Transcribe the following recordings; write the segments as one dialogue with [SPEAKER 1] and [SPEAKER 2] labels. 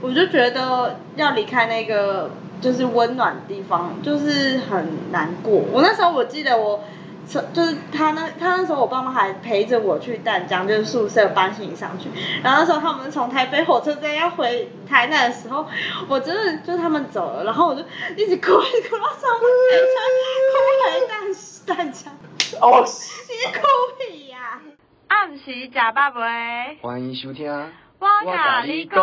[SPEAKER 1] 我就觉得要离开那个就是温暖的地方，就是很难过。我那时候我记得我。就是他那他那时候我爸妈还陪着我去淡江，就是宿舍搬行李上去。然后那时候他们从台北火车站要回台南的时候，我真的就是他们走了，然后我就一直哭，一直哭到上火车，哭回淡淡江。
[SPEAKER 2] 哦，
[SPEAKER 1] 你哭屁呀、暗时食饱未？
[SPEAKER 2] 欢迎收听。
[SPEAKER 1] 我
[SPEAKER 2] 甲你讲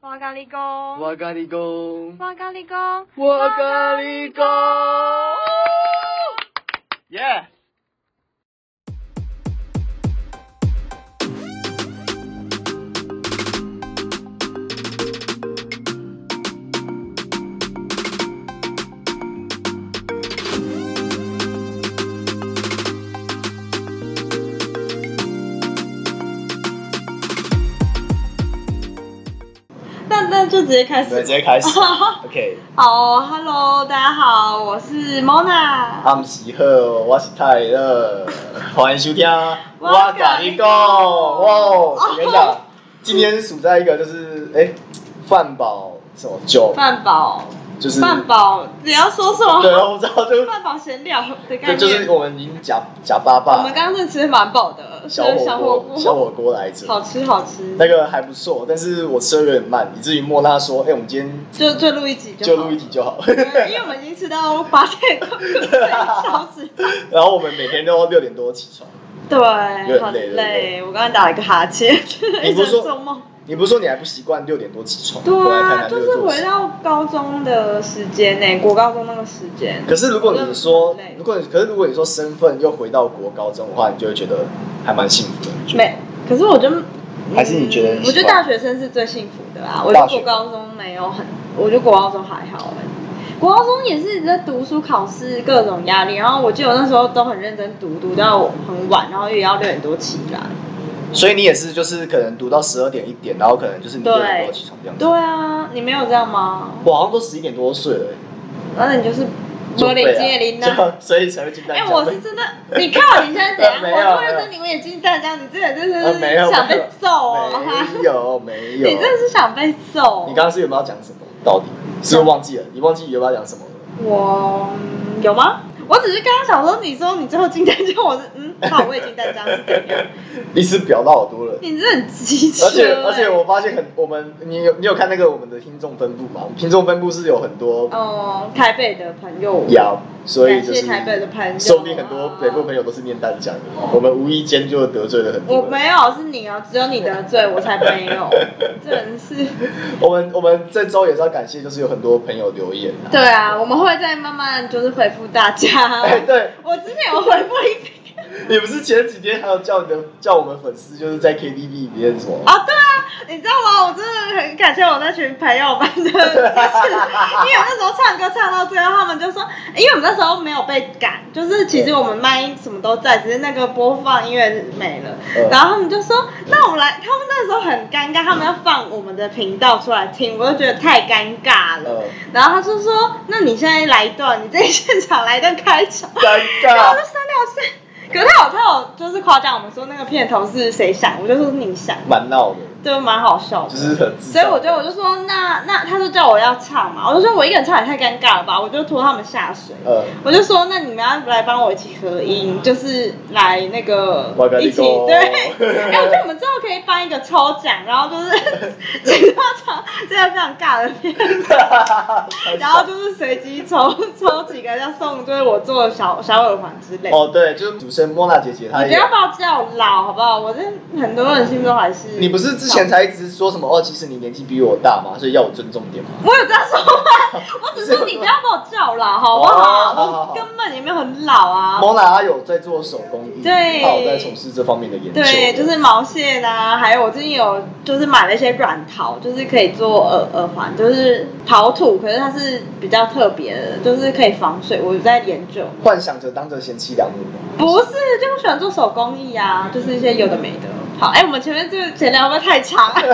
[SPEAKER 1] 我甲你讲，
[SPEAKER 2] 我跟你讲，
[SPEAKER 1] 我甲你讲，
[SPEAKER 2] 我跟你讲，耶！
[SPEAKER 1] 那那就直接开始。
[SPEAKER 2] 对，直 接开始。OK，
[SPEAKER 1] 好，Hello，大家好，我是 Mona。
[SPEAKER 2] 暗时好，我是泰勒，欢迎收听。我跟你讲，哇！我跟你讲，今天处在一个就是哎，饭饱什么酒，
[SPEAKER 1] 饭宝，
[SPEAKER 2] 就是
[SPEAKER 1] 饭宝，你要说什
[SPEAKER 2] 对，
[SPEAKER 1] 么？
[SPEAKER 2] 我不知道 就
[SPEAKER 1] 饭宝闲聊的概
[SPEAKER 2] 对，
[SPEAKER 1] 念。
[SPEAKER 2] 就是我们已经假假爸
[SPEAKER 1] 我
[SPEAKER 2] 爸
[SPEAKER 1] 们刚刚是吃的蛮饱的，
[SPEAKER 2] 小
[SPEAKER 1] 吃小
[SPEAKER 2] 火锅，
[SPEAKER 1] 锅，
[SPEAKER 2] 小火锅来着。
[SPEAKER 1] 好吃好吃。
[SPEAKER 2] 那个还不错，但是我吃的有点慢，以至于莫娜说：“哎、我们今天
[SPEAKER 1] 就就录一集
[SPEAKER 2] 就
[SPEAKER 1] 好
[SPEAKER 2] 录一集就好。
[SPEAKER 1] 对 因为我们已经吃到八点多，快一小 时。”
[SPEAKER 2] 然后我们每天都六点多起床。
[SPEAKER 1] 对，
[SPEAKER 2] 有点
[SPEAKER 1] 很
[SPEAKER 2] 累
[SPEAKER 1] 累。我刚刚打了一个哈欠，
[SPEAKER 2] 你
[SPEAKER 1] 一
[SPEAKER 2] 不
[SPEAKER 1] 直
[SPEAKER 2] 是说
[SPEAKER 1] 做梦。
[SPEAKER 2] 你不是说你还不习惯六点多起床？
[SPEAKER 1] 对
[SPEAKER 2] 回来台
[SPEAKER 1] 啊，
[SPEAKER 2] 南这
[SPEAKER 1] 就
[SPEAKER 2] 个
[SPEAKER 1] 是
[SPEAKER 2] 作息
[SPEAKER 1] 回到高中的时间呢，国高中那个时间。
[SPEAKER 2] 可是如果你说
[SPEAKER 1] 我就很累，
[SPEAKER 2] 如果你可是如果你说身份又回到国高中的话，你就会觉得还蛮幸福的。你觉得
[SPEAKER 1] 没，可是我觉得，
[SPEAKER 2] 还是你觉得
[SPEAKER 1] 嗯
[SPEAKER 2] 你
[SPEAKER 1] 我觉
[SPEAKER 2] 喜
[SPEAKER 1] 得
[SPEAKER 2] 欢
[SPEAKER 1] 大学生是最幸福的啊啦。我觉
[SPEAKER 2] 大
[SPEAKER 1] 得
[SPEAKER 2] 学
[SPEAKER 1] 国高中没有很，我觉得国高中还好哎、国高中也是在读书、考试各种压力，然后我记得我那时候都很认真读，读到很晚，然后也要六点多起来。
[SPEAKER 2] 所以你也是就是可能读到十二点一点，然后可能就是你六点多
[SPEAKER 1] 对
[SPEAKER 2] 起床这样子。
[SPEAKER 1] 对啊，你没有这样吗？
[SPEAKER 2] 我好像都十一点多睡了、欸，
[SPEAKER 1] 那你就是
[SPEAKER 2] 就
[SPEAKER 1] 玻璃精灵
[SPEAKER 2] 背
[SPEAKER 1] 呢？
[SPEAKER 2] 啊，就 所以才会进
[SPEAKER 1] 哎、
[SPEAKER 2] 单家。
[SPEAKER 1] 我是真的，你看我你现在怎样？
[SPEAKER 2] 没有
[SPEAKER 1] 我
[SPEAKER 2] 没
[SPEAKER 1] 如
[SPEAKER 2] 有
[SPEAKER 1] 果睁你们眼睛大家，你真的就
[SPEAKER 2] 呃
[SPEAKER 1] 是
[SPEAKER 2] 没有
[SPEAKER 1] 想被揍哦、哈！
[SPEAKER 2] 没有没有，
[SPEAKER 1] 你真的是想被揍。哦
[SPEAKER 2] 你刚刚是有没有讲什么？到底是不是忘记了？你忘记有没有讲什么了？
[SPEAKER 1] 我嗯有吗？我只是刚刚想说，你说你最后进淡江，我是嗯，好，我也进淡江是怎样？
[SPEAKER 2] 你是表到耳朵了。
[SPEAKER 1] 你真的很机车、欸。
[SPEAKER 2] 而且而且我发现很，我们你有你有看那个我们的听众分布嘛？我们听众分布是有很多
[SPEAKER 1] 哦、台北的朋友，
[SPEAKER 2] 呀，所以就
[SPEAKER 1] 感
[SPEAKER 2] 是
[SPEAKER 1] 谢台北的朋友哦
[SPEAKER 2] 说不定很多北部朋友都是念淡江的，我们无意间就得罪了很
[SPEAKER 1] 我
[SPEAKER 2] 多人。
[SPEAKER 1] 没有，是你哦、只有你得罪我才没 有，真的是。
[SPEAKER 2] 我们我们这周也是要感谢，就是有很多朋友留言啊。
[SPEAKER 1] 对啊，我们会再慢慢就是回复大家。
[SPEAKER 2] 哎，对
[SPEAKER 1] 我之前有回复一篇
[SPEAKER 2] 你不是前几天还有叫你的叫我们粉丝就是在 KTV 里面什么？
[SPEAKER 1] 啊、对啊，你知道吗？我真的很感谢我那群朋友们的，就是因 为那时候唱歌唱到最后，他们就说，因为我们那时候没有被赶，就是其实我们麦什么都在，只是那个播放音乐没了，
[SPEAKER 2] 嗯
[SPEAKER 1] 然后他们就说，那我们来，他们那时候很尴尬，他们要放我们的频道出来听，我就觉得太尴尬了。
[SPEAKER 2] 呃，
[SPEAKER 1] 然后他就说，那你现在来一段，你自己现场来一段开场。
[SPEAKER 2] 尴
[SPEAKER 1] 然后我
[SPEAKER 2] 尬
[SPEAKER 1] 就。删掉删。可是他有他有就是夸奖我们说那个片头是谁想，我就说你想，
[SPEAKER 2] 蛮闹的，
[SPEAKER 1] 就蛮好笑
[SPEAKER 2] 就
[SPEAKER 1] 的。
[SPEAKER 2] 是很智
[SPEAKER 1] 所
[SPEAKER 2] 障。
[SPEAKER 1] 以我就我就说那那他就叫我要唱嘛，我就说我一个人唱也太尴尬了吧，我就拖他们下水。
[SPEAKER 2] 呃，
[SPEAKER 1] 我就说那你们要来帮我一起合音，就是来那个
[SPEAKER 2] 我跟你
[SPEAKER 1] 一起
[SPEAKER 2] 讲哦
[SPEAKER 1] 对。 哎，我觉得我们之后可以办一个抽奖，然后就是 请他唱这个非常尬的 片，
[SPEAKER 2] 呃
[SPEAKER 1] 然后就是随机抽抽几个要送，就是我做的小小耳环之类的。
[SPEAKER 2] 哦，对，就是主持人莫娜姐姐，她
[SPEAKER 1] 你不
[SPEAKER 2] 也。
[SPEAKER 1] 要把我叫老好不好？我这很多人心中还是
[SPEAKER 2] 你不是之前才一直说什么哦？其实你年纪比我大嘛，所以要我尊重点嘛。
[SPEAKER 1] 我有这样说吗？我只是你不要把我叫老好不
[SPEAKER 2] 哦好好好
[SPEAKER 1] 好？我根本也没有很老啊。
[SPEAKER 2] 莫娜她有在做手工艺，
[SPEAKER 1] 对
[SPEAKER 2] 她有在从事这方面的研究。
[SPEAKER 1] 对，就是毛线啊，还有我最近有就是买了一些软陶，就是可以做耳耳环，就是陶土，可是它是比较特别的，就是可以防水。我有在研究，
[SPEAKER 2] 幻想着当着贤妻良母嘛。
[SPEAKER 1] 不是，就我喜欢做手工艺啊，就是一些有的没的。好，哎、我们前面这个闲聊会不会太 长？我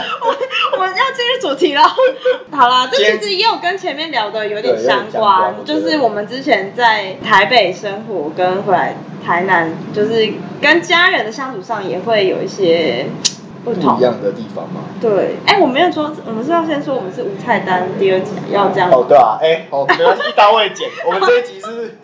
[SPEAKER 1] 我们要进入主题了。 好啦，这
[SPEAKER 2] 今
[SPEAKER 1] 其实也有跟前面聊的有
[SPEAKER 2] 对有
[SPEAKER 1] 点
[SPEAKER 2] 点
[SPEAKER 1] 相
[SPEAKER 2] 相关
[SPEAKER 1] 关，
[SPEAKER 2] 我觉
[SPEAKER 1] 就
[SPEAKER 2] 得
[SPEAKER 1] 是我们之前在台北生活跟回来台南，就是跟家人的相处上也会有一些不
[SPEAKER 2] 不
[SPEAKER 1] 同
[SPEAKER 2] 一。样的地方吗？
[SPEAKER 1] 对，哎、我没有说，我们是要先说我们是无菜单，第二集要这样。
[SPEAKER 2] 哦，对啊，哎，哦，没关系，一刀未剪。我们这一集是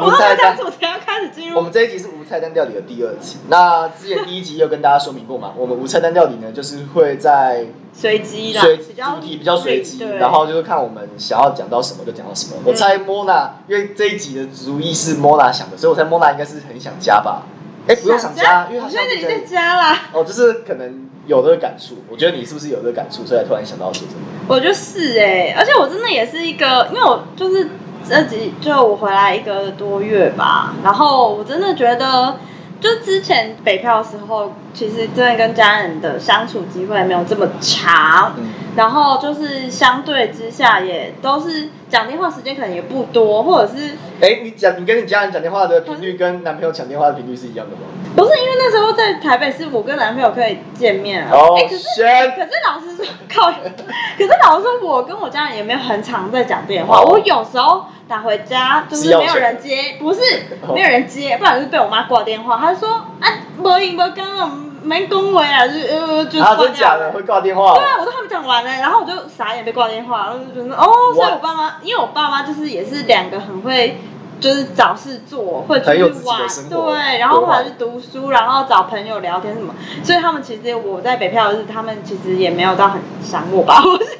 [SPEAKER 1] 我
[SPEAKER 2] 无
[SPEAKER 1] 们
[SPEAKER 2] 菜
[SPEAKER 1] 要
[SPEAKER 2] 单
[SPEAKER 1] 讲，主题要开始进入。
[SPEAKER 2] 我们这一集是无菜单料理的第二集。那之前第一集有跟大家说明过嘛，我们无菜单料理呢，就是会在
[SPEAKER 1] 随机啦，
[SPEAKER 2] 随
[SPEAKER 1] 比较
[SPEAKER 2] 主题比较随机，
[SPEAKER 1] 对嗯
[SPEAKER 2] 然后就是看我们想要讲到什么就讲到什么。我猜莫娜，因为这一集的主意是莫娜想的，所以我猜莫娜应该是很想家吧。哎，不用想家，因为
[SPEAKER 1] 我
[SPEAKER 2] 他
[SPEAKER 1] 觉得你
[SPEAKER 2] 现在
[SPEAKER 1] 在家啦，
[SPEAKER 2] 哦，就是可能有这个感触。我觉得你是不是有这个感触，所以才突然想到说这个？
[SPEAKER 1] 我就是哎、而且我真的也是一个，因为我就是这几就我回来一个多月吧，然后我真的觉得。就之前北漂的时候，其实真的跟家人的相处机会没有这么长，
[SPEAKER 2] 嗯，
[SPEAKER 1] 然后就是相对之下也都是讲电话时间可能也不多，或者是
[SPEAKER 2] 哎，你讲你跟你家人讲电话的频
[SPEAKER 1] 嗯
[SPEAKER 2] 率跟男朋友讲电话的频率是一样的吗？
[SPEAKER 1] 不是因为那时候在台北是我跟男朋友可以见面啊。
[SPEAKER 2] 哦
[SPEAKER 1] 哎可是
[SPEAKER 2] ，shit
[SPEAKER 1] 可是老师说靠，可是老师说我跟我家人也没有很常在讲电话，
[SPEAKER 2] 哦
[SPEAKER 1] 我有时候打回家就是是
[SPEAKER 2] 要
[SPEAKER 1] 没有
[SPEAKER 2] 钱
[SPEAKER 1] 人接，不是
[SPEAKER 2] 哦
[SPEAKER 1] 没有人接，不然就是被我妈挂电话，她说啊，没赢没刚刚没恭维啊，就呃就
[SPEAKER 2] 啊，
[SPEAKER 1] 挂
[SPEAKER 2] 真
[SPEAKER 1] 掉
[SPEAKER 2] 假的
[SPEAKER 1] 了
[SPEAKER 2] 会。挂电话哦？
[SPEAKER 1] 对啊，我都还没讲完呢、然后我就傻眼被挂电话，然后就觉得哦，所以
[SPEAKER 2] What？
[SPEAKER 1] 我爸妈，因为我爸妈就是也是两个很会，就是找事做，会出
[SPEAKER 2] 很
[SPEAKER 1] 去
[SPEAKER 2] 有自己的
[SPEAKER 1] 玩
[SPEAKER 2] 生，活
[SPEAKER 1] 对，然后
[SPEAKER 2] 规
[SPEAKER 1] 后
[SPEAKER 2] 划
[SPEAKER 1] 来去读书，然后找朋友聊天什么，所以他们其实我在北漂的日子，他们其实也没有到很想我吧， 我是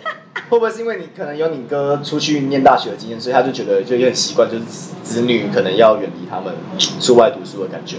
[SPEAKER 2] 会不会是因为你可能有你哥出去念大学的经验，所以他就觉得就有点习惯，就是子女可能要远离他们出外读书的感觉，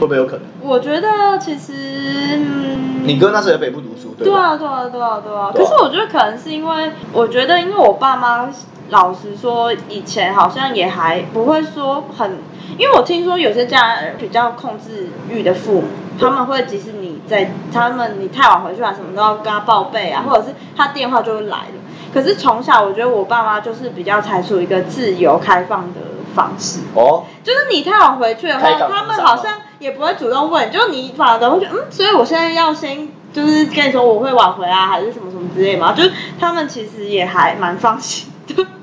[SPEAKER 2] 会不会有可能？
[SPEAKER 1] 我觉得其实，嗯，
[SPEAKER 2] 你哥那时候在北部读书，
[SPEAKER 1] 对
[SPEAKER 2] 吧？
[SPEAKER 1] 啊，对啊，对啊，对啊。
[SPEAKER 2] 对
[SPEAKER 1] 可
[SPEAKER 2] 啊
[SPEAKER 1] 是我觉得可能是因为，我觉得因为我爸妈老实说，以前好像也还不会说很，因为我听说有些家人比较控制欲的父母，
[SPEAKER 2] 对
[SPEAKER 1] 他们会即使你在他们你太晚回去啊，什么都要跟他报备啊，或者是他电话就会来了。可是从小我觉得我爸妈就是比较采取一个自由开放的方式。
[SPEAKER 2] 哦，
[SPEAKER 1] 就是你太晚回去的话
[SPEAKER 2] 开，港
[SPEAKER 1] 他们
[SPEAKER 2] 通
[SPEAKER 1] 好
[SPEAKER 2] 常
[SPEAKER 1] 像也不会主动问，就你反而会觉得嗯，所以我现在要先就是跟你说我会晚回啊，还是什么什么之类嘛，就是他们其实也还蛮放心的。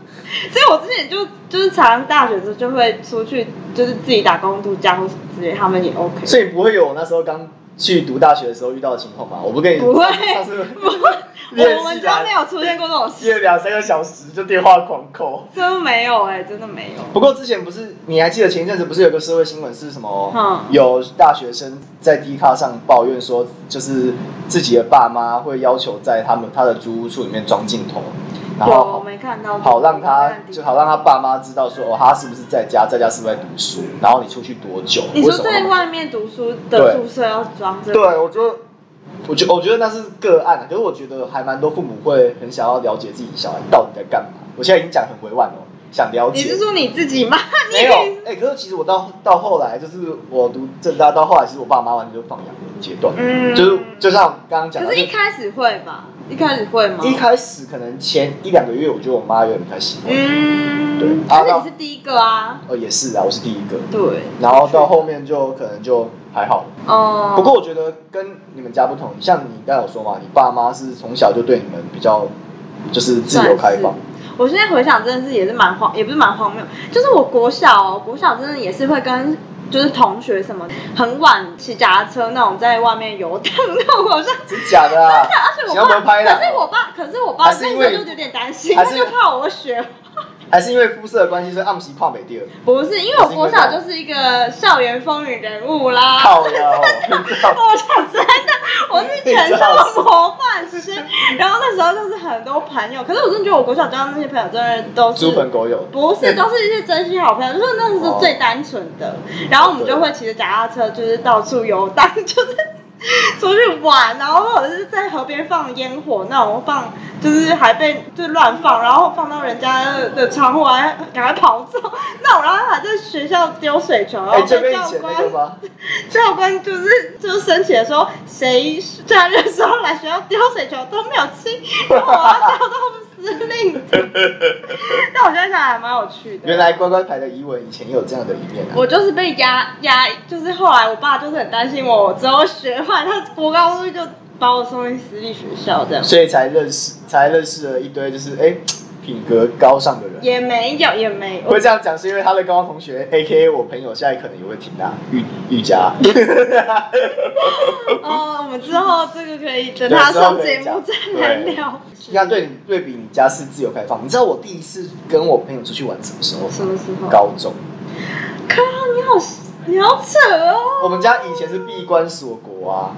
[SPEAKER 1] 所以我之前就就是常常大学的时候就会出去，就是自己打工度假或什么之类，他们也 OK。
[SPEAKER 2] 所以不会有我那时候刚去读大学的时候遇到的情况吧？我不跟你
[SPEAKER 1] 不会
[SPEAKER 2] 上次
[SPEAKER 1] 不会，
[SPEAKER 2] 练
[SPEAKER 1] 我们
[SPEAKER 2] 习
[SPEAKER 1] 家
[SPEAKER 2] 啊
[SPEAKER 1] 没有出现过这种事，
[SPEAKER 2] 接两三个小时就电话狂扣。
[SPEAKER 1] 真没有哎、真的没有。
[SPEAKER 2] 不过之前不是，你还记得前一阵子不是有个社会新闻是什么？
[SPEAKER 1] 嗯
[SPEAKER 2] 有大学生在 D 卡上抱怨说，就是自己的爸妈会要求在他们他的租屋处里面装镜头，然
[SPEAKER 1] 有，我
[SPEAKER 2] 后
[SPEAKER 1] 没看到。
[SPEAKER 2] 好让他
[SPEAKER 1] 没看
[SPEAKER 2] 就好让他爸妈知道说哦他是不是在家，在家是不是在读书，然后你出去多久？
[SPEAKER 1] 你
[SPEAKER 2] 为
[SPEAKER 1] 说
[SPEAKER 2] 什么
[SPEAKER 1] 在
[SPEAKER 2] 那么久
[SPEAKER 1] 外面读书的
[SPEAKER 2] 对
[SPEAKER 1] 宿舍要装这个
[SPEAKER 2] 对，我觉得，我觉我觉得那是个案、啊，可是我觉得还蛮多父母会很想要了解自己小孩到底在干嘛。我现在已经讲很委婉了，想了
[SPEAKER 1] 你
[SPEAKER 2] 解
[SPEAKER 1] 是。说你自己吗？ 你
[SPEAKER 2] 没有，哎、可是其实我到到后来，就是我读正大到后来，其实我爸妈完全就放养的阶段，
[SPEAKER 1] 嗯
[SPEAKER 2] 就是就像刚刚讲
[SPEAKER 1] 可
[SPEAKER 2] 的，
[SPEAKER 1] 是，一
[SPEAKER 2] 就
[SPEAKER 1] 开始会吧？一开始会吗？
[SPEAKER 2] 一开始可能前一两个月，我觉得我妈有点不太习惯，
[SPEAKER 1] 嗯，
[SPEAKER 2] 对
[SPEAKER 1] 可是
[SPEAKER 2] 啊
[SPEAKER 1] 你是第一个啊，
[SPEAKER 2] 哦，也是啊，我是第一个，
[SPEAKER 1] 对。
[SPEAKER 2] 然后到后面就可能就还好了。
[SPEAKER 1] 哦，
[SPEAKER 2] 不过我觉得跟你们家不同，像你刚才有说嘛，你爸妈是从小就对你们比较就是自由开放，
[SPEAKER 1] 我现在回想，真的是也是蛮荒，也不是蛮荒谬，就是我国小、哦，国小真的也是会跟。就是同学什么很晚骑脚踏车那种，在外面游荡那种， 好像
[SPEAKER 2] 真假的
[SPEAKER 1] 而
[SPEAKER 2] 啊？
[SPEAKER 1] 且
[SPEAKER 2] 想要
[SPEAKER 1] 我
[SPEAKER 2] 不
[SPEAKER 1] 爸，
[SPEAKER 2] 要拍啦
[SPEAKER 1] 可是我爸，可是我爸
[SPEAKER 2] 还
[SPEAKER 1] 那
[SPEAKER 2] 是
[SPEAKER 1] 时
[SPEAKER 2] 因
[SPEAKER 1] 候
[SPEAKER 2] 为
[SPEAKER 1] 就有点担心，
[SPEAKER 2] 还
[SPEAKER 1] 他
[SPEAKER 2] 是
[SPEAKER 1] 就怕我会学 坏
[SPEAKER 2] 还是因为肤色的关系，所以暗喜跨美第二，
[SPEAKER 1] 不是，因为我国小就是一个校园风云人物啦。
[SPEAKER 2] 靠呀哦，你知 道
[SPEAKER 1] 我讲真的，我是全校模范生。然后那时候就是很多朋友，可是我真的觉得我国小交的那些朋友真的都是
[SPEAKER 2] 猪朋。狗友，
[SPEAKER 1] 不是，都是一些真心好朋友，就是那时候最单纯的。然后我们就会骑着脚踏车，就是到处游荡，就是出去玩，然后或者是在河边放烟火那种放，就是还被就乱放，然后放到人家的窗户，还赶快跑走那种，然后还在学校丢水球，然
[SPEAKER 2] 哎、
[SPEAKER 1] 后
[SPEAKER 2] 这
[SPEAKER 1] 被
[SPEAKER 2] 边以
[SPEAKER 1] 教
[SPEAKER 2] 前
[SPEAKER 1] 官
[SPEAKER 2] 那个吗？
[SPEAKER 1] 教官就是就是升旗的时候，谁假日的时候来学校丢水球都没有 清，然后我要调到司令组。但我现在想还蛮有趣的。
[SPEAKER 2] 原来乖乖牌的疑文以前也有这样的一面啊。
[SPEAKER 1] 我就是被压压，就是后来我爸就是很担心我，我之后学坏，他国高中就把我送进私立学校这样。
[SPEAKER 2] 所以才认识，才认识了一堆，就是哎、品格高尚的人。
[SPEAKER 1] 也没有，也没有
[SPEAKER 2] 会。这样讲是因为他的高中同学，A K A 我朋友，现在可能也会听啊，玉玉佳。
[SPEAKER 1] 哦，我们之后这个可以等
[SPEAKER 2] 对
[SPEAKER 1] 他
[SPEAKER 2] 之后
[SPEAKER 1] 上
[SPEAKER 2] 可以
[SPEAKER 1] 节目
[SPEAKER 2] 讲
[SPEAKER 1] 再来
[SPEAKER 2] 对
[SPEAKER 1] 聊。
[SPEAKER 2] 你看，对你对比你家是自由开放，你知道我第一次跟我朋友出去玩什么时候吗？
[SPEAKER 1] 什么时候？
[SPEAKER 2] 高中，
[SPEAKER 1] 靠，你好，你好扯哦！
[SPEAKER 2] 我们家以前是闭关锁国啊，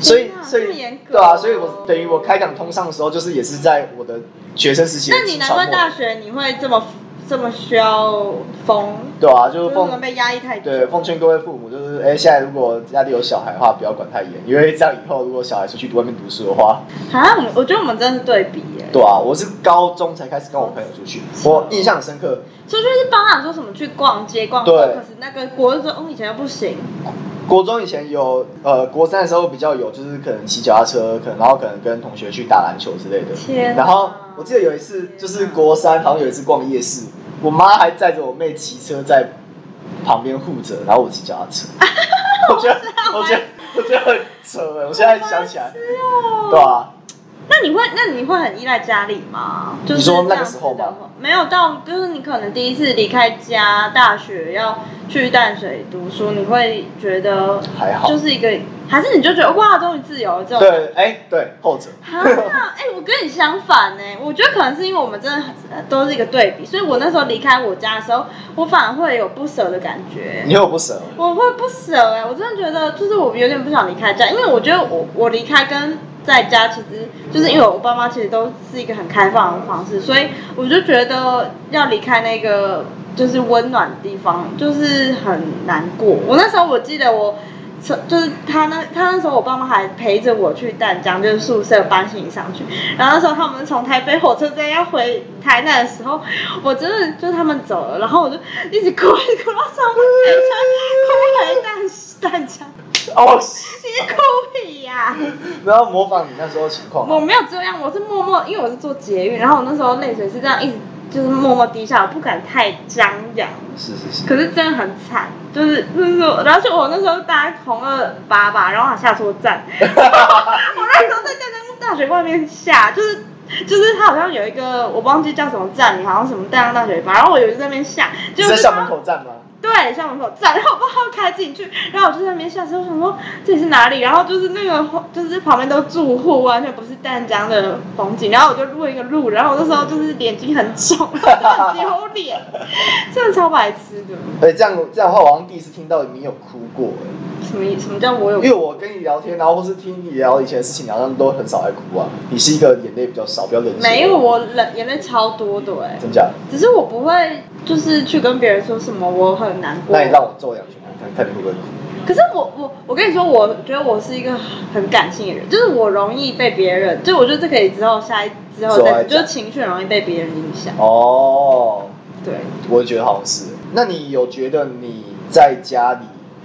[SPEAKER 2] 所以
[SPEAKER 1] 天哪
[SPEAKER 2] 所
[SPEAKER 1] 这么
[SPEAKER 2] 以
[SPEAKER 1] 严格
[SPEAKER 2] 对啊，所以
[SPEAKER 1] 哦
[SPEAKER 2] 我等于我开港通上的时候，就是也是在我的学生时期的
[SPEAKER 1] 那你
[SPEAKER 2] 期
[SPEAKER 1] 难
[SPEAKER 2] 潮
[SPEAKER 1] 怪
[SPEAKER 2] 末
[SPEAKER 1] 大学你会这么这么需要疯，
[SPEAKER 2] 对啊，就
[SPEAKER 1] 就是是可能
[SPEAKER 2] 奉
[SPEAKER 1] 被压抑太久。
[SPEAKER 2] 对奉劝各位父母，就是哎、现在如果家里有小孩的话，不要管太严，因为这样以后如果小孩出去外面读书的话，
[SPEAKER 1] 啊，我们我觉得我们真的是对比耶。
[SPEAKER 2] 对啊，我是高中才开始跟我朋友出去，我印象很深刻，
[SPEAKER 1] 所以就是包含说什么去逛街逛街，
[SPEAKER 2] 对
[SPEAKER 1] 可是那个国哦中以前又不行，
[SPEAKER 2] 国中以前有，呃，国三的时候比较有，就是可能骑脚踏车，可能然后可能跟同学去打篮球之类
[SPEAKER 1] 天
[SPEAKER 2] 的。
[SPEAKER 1] 哪
[SPEAKER 2] 然后我记得有一次，就是国三好像有一次逛夜市，我妈还载着我妹骑车在旁边护着，然后我骑脚 踏车。我觉得，我觉得，我觉得很扯欸。我现在想起来，
[SPEAKER 1] 哦
[SPEAKER 2] 对啊，
[SPEAKER 1] 那你会，那你会很依赖家里吗？就是
[SPEAKER 2] 你说那
[SPEAKER 1] 这样
[SPEAKER 2] 个
[SPEAKER 1] 子
[SPEAKER 2] 时候
[SPEAKER 1] 的
[SPEAKER 2] 吗
[SPEAKER 1] 话没有到，就是你可能第一次离开家，大学要去淡水读书，你会觉得
[SPEAKER 2] 还好
[SPEAKER 1] 就是一个，还是你就觉得哇，终于自由了这种。
[SPEAKER 2] 对，哎，对，后者。
[SPEAKER 1] 啊，哎、我跟你相反呢、欸我觉得可能是因为我们真的很呃都是一个对比，所以我那时候离开我家的时候，我反而会有不舍的感觉。
[SPEAKER 2] 你有不舍？
[SPEAKER 1] 我会不舍哎、我真的觉得就是我有点不想离开家，因为我觉得我我离开跟在家其实就是因为我爸妈其实都是一个很开放的方式，所以我就觉得要离开那个就是温暖的地方，就是很难过。我那时候我记得我。就是他那他那时候，我爸妈还陪着我去淡江，就是宿舍搬行李上去。然后那时候他们从台北火车站要回台南的时候，我真的就是他们走了，然后我就一直哭，一直哭到上火车，哭回淡淡江，
[SPEAKER 2] 哦，
[SPEAKER 1] 你哭屁呀、
[SPEAKER 2] 然后模仿你那时候的情况
[SPEAKER 1] 我
[SPEAKER 2] 啊。
[SPEAKER 1] 没有这样，我是默默，因为我是做捷运，然后我那时候泪水是这样一直就是默默滴下，我不敢太张扬。
[SPEAKER 2] 是是是。
[SPEAKER 1] 可是真的很惨，就是那时候，而且我那时候大概红了八吧，然后还下错 站，我那时候在淡江大学外面下，就是就是他好像有一个我忘记叫什么站，好像什么淡江大学吧，然后我有一次在那边下，
[SPEAKER 2] 你
[SPEAKER 1] 就是
[SPEAKER 2] 在
[SPEAKER 1] 是
[SPEAKER 2] 校门口站吗？
[SPEAKER 1] 对，校门口站，然后我不知道开进去，然后我就在那边下车，我想说这里是哪里，然后就是那个就是旁边都住户，完全不是淡江的风景，然后我就问一个路，然后我那时候就是眼睛很肿，很丢脸，真的超白痴的。
[SPEAKER 2] 哎，这样这样的话，我好像第一次听到你有哭过哎。
[SPEAKER 1] 什么意什么叫我有
[SPEAKER 2] 因？为我跟你聊天，然后或是听你聊以前的事情，好像都很少爱哭啊。你是一个眼泪比较少、比较冷静。
[SPEAKER 1] 没有，，我冷眼泪超多的哎、
[SPEAKER 2] 真假？
[SPEAKER 1] 只是我不会就是去跟别人说什么我很难过
[SPEAKER 2] 那。你让我揍两拳看看，看你会不会哭？
[SPEAKER 1] 可是我我我跟你说，我觉得我是一个很感性的人，就是我容易被别人，就我觉得这可以之后下一之后
[SPEAKER 2] 之后
[SPEAKER 1] 再，
[SPEAKER 2] 再讲
[SPEAKER 1] 就是情绪很容易被别人影响。
[SPEAKER 2] 哦，
[SPEAKER 1] 对，
[SPEAKER 2] 我觉得好像是。那你有觉得你在家里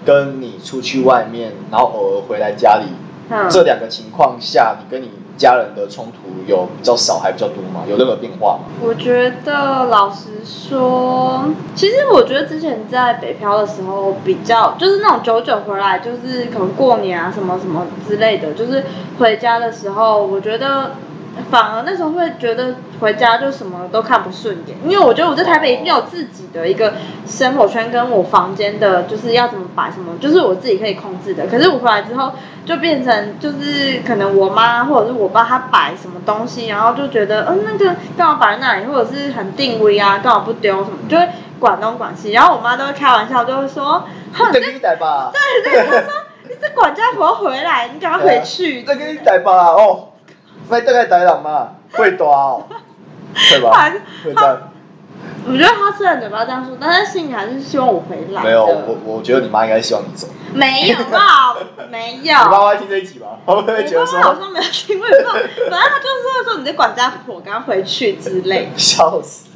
[SPEAKER 2] 跟你出去外面，然后偶尔回来家里，
[SPEAKER 1] 嗯，
[SPEAKER 2] 这两个情况下，你跟你家人的冲突有比较少还比较多吗？有任何变化吗？
[SPEAKER 1] 我觉得老实说，其实我觉得之前在北漂的时候比较，就是那种久久回来，就是可能过年啊什么什么之类的，就是回家的时候，我觉得。反而那时候会觉得回家就什么都看不顺眼，因为我觉得我在台北已经有自己的一个生活圈，跟我房间的就是要怎么摆什么，就是我自己可以控制的。可是我回来之后就嗯变成就是可能我妈或者是我爸他摆什么东西，然后就觉得嗯、那个干嘛摆在那里，或者是很定位啊，干嘛不丢什么，就会管东管西。然后我妈都会开玩笑，就会说，哼，
[SPEAKER 2] 这跟你逮吧，
[SPEAKER 1] 对对， 她说你这管家婆回来，你赶快回去。
[SPEAKER 2] 这跟你逮吧哦，那大概逮了嘛，会打哦，会吧？会这样。
[SPEAKER 1] 我觉得他虽然嘴巴这样说，但是心里还是希望我回来的。
[SPEAKER 2] 没有，我我觉得你妈应该希望你走。 你
[SPEAKER 1] 没有啊，没有。
[SPEAKER 2] 妈妈会听这一集吗？她会不会觉得
[SPEAKER 1] 我爸妈好
[SPEAKER 2] 说。
[SPEAKER 1] 像没有听过，反正他就是会说你的管家婆赶快回去之类
[SPEAKER 2] 笑死？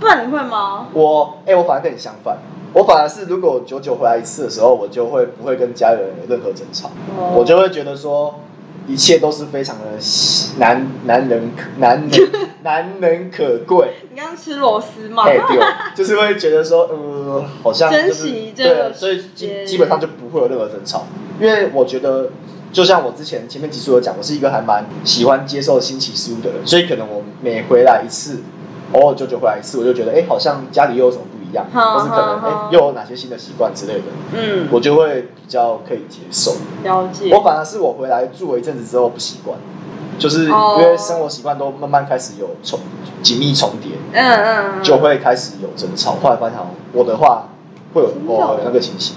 [SPEAKER 1] 不然你会吗？
[SPEAKER 2] 我哎、我反而跟你相反，我反而是如果久久回来一次的时候，我就会不会跟家人有任何争吵，
[SPEAKER 1] 哦
[SPEAKER 2] 我就会觉得说一切都是非常的难难能可难能难能可 贵。
[SPEAKER 1] 你刚刚吃螺丝吗？
[SPEAKER 2] 哎、对，就是会觉得说，呃，好像、就是、
[SPEAKER 1] 珍惜这个
[SPEAKER 2] 对，所以
[SPEAKER 1] 时间
[SPEAKER 2] 基基本上就不会有任何争吵，因为我觉得就像我之前前面几处有讲，我是一个还蛮喜欢接受新奇事物的人，所以可能我每回来一次，偶尔久久回来一次，我就觉得哎、诶好像家里又有什么不一样，
[SPEAKER 1] 好
[SPEAKER 2] 或是可能
[SPEAKER 1] 好
[SPEAKER 2] 哎、诶
[SPEAKER 1] 好
[SPEAKER 2] 又有哪些新的习惯之类的，
[SPEAKER 1] 嗯，
[SPEAKER 2] 我就会比较可以接受。
[SPEAKER 1] 了解。
[SPEAKER 2] 我反而是我回来住了一阵子之后不习惯，就是
[SPEAKER 1] 哦
[SPEAKER 2] 因为生活习惯都慢慢开始有重紧密重叠，
[SPEAKER 1] 嗯嗯嗯，
[SPEAKER 2] 就会开始有争吵。后来发现好像我的话会有
[SPEAKER 1] 真的哦
[SPEAKER 2] 偶尔有那个情形，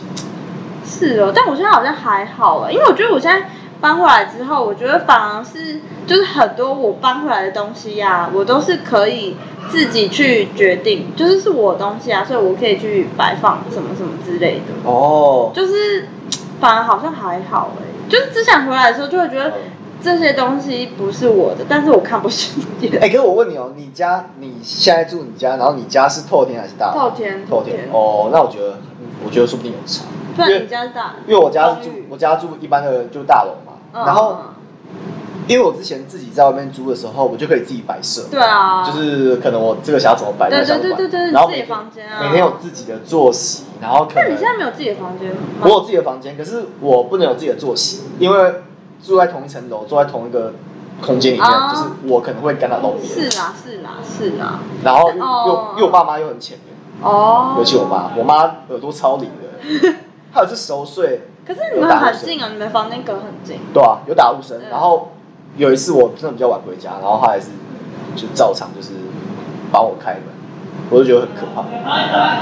[SPEAKER 1] 是哦，但我现在好像还好啊，因为我觉得我现在搬回来之后，我觉得反而是就是很多我搬回来的东西呀、我都是可以自己去决定，就是是我的东西啊，所以我可以去摆放什么什么之类的，
[SPEAKER 2] 哦，
[SPEAKER 1] 就是反而好像还好哎、就是之前回来的时候就会觉
[SPEAKER 2] 嗯
[SPEAKER 1] 得这些东西不是我的，但是我看不顺眼。
[SPEAKER 2] 哎、可是我问你哦，你家你现在住你家，然后你家是透天还是大？
[SPEAKER 1] 透天
[SPEAKER 2] 透
[SPEAKER 1] 透天
[SPEAKER 2] 哦，那我觉得，我觉得说不定有差。
[SPEAKER 1] 不
[SPEAKER 2] 因为
[SPEAKER 1] 然你家是大，
[SPEAKER 2] 因为我家是住
[SPEAKER 1] 公寓
[SPEAKER 2] 我家住一般的就大楼嘛，
[SPEAKER 1] 嗯
[SPEAKER 2] 然后因为我之前自己在外面租的时候，我就可以自己摆设。
[SPEAKER 1] 对啊，
[SPEAKER 2] 就是可能我这个想要怎么摆，那
[SPEAKER 1] 对
[SPEAKER 2] 个想怎
[SPEAKER 1] 对
[SPEAKER 2] 么摆
[SPEAKER 1] 对对对
[SPEAKER 2] 然后
[SPEAKER 1] 自
[SPEAKER 2] 每
[SPEAKER 1] 己
[SPEAKER 2] 天
[SPEAKER 1] 房间啊
[SPEAKER 2] 每天有自己的作息，然后可
[SPEAKER 1] 那
[SPEAKER 2] 能
[SPEAKER 1] 你现在没有自己的房间吗？
[SPEAKER 2] 我有自己的房间，可是我不能有自己的作息，因为住在同一层楼，住在同一个空间里面，
[SPEAKER 1] 啊
[SPEAKER 2] 就是我可能会干扰到别人。
[SPEAKER 1] 是啦是啦是啦，
[SPEAKER 2] 然后又
[SPEAKER 1] 哦
[SPEAKER 2] 又因为我爸妈又很浅眠，
[SPEAKER 1] 哦，
[SPEAKER 2] 尤其我妈，我妈耳朵超灵 的，她有次熟睡，
[SPEAKER 1] 可是你们很近啊，你们房间隔很近。
[SPEAKER 2] 对啊，有打呼声。
[SPEAKER 1] 嗯
[SPEAKER 2] 然后有一次我真的比较晚回家，然后她也是就照常就是帮我开门，我就觉得很可怕。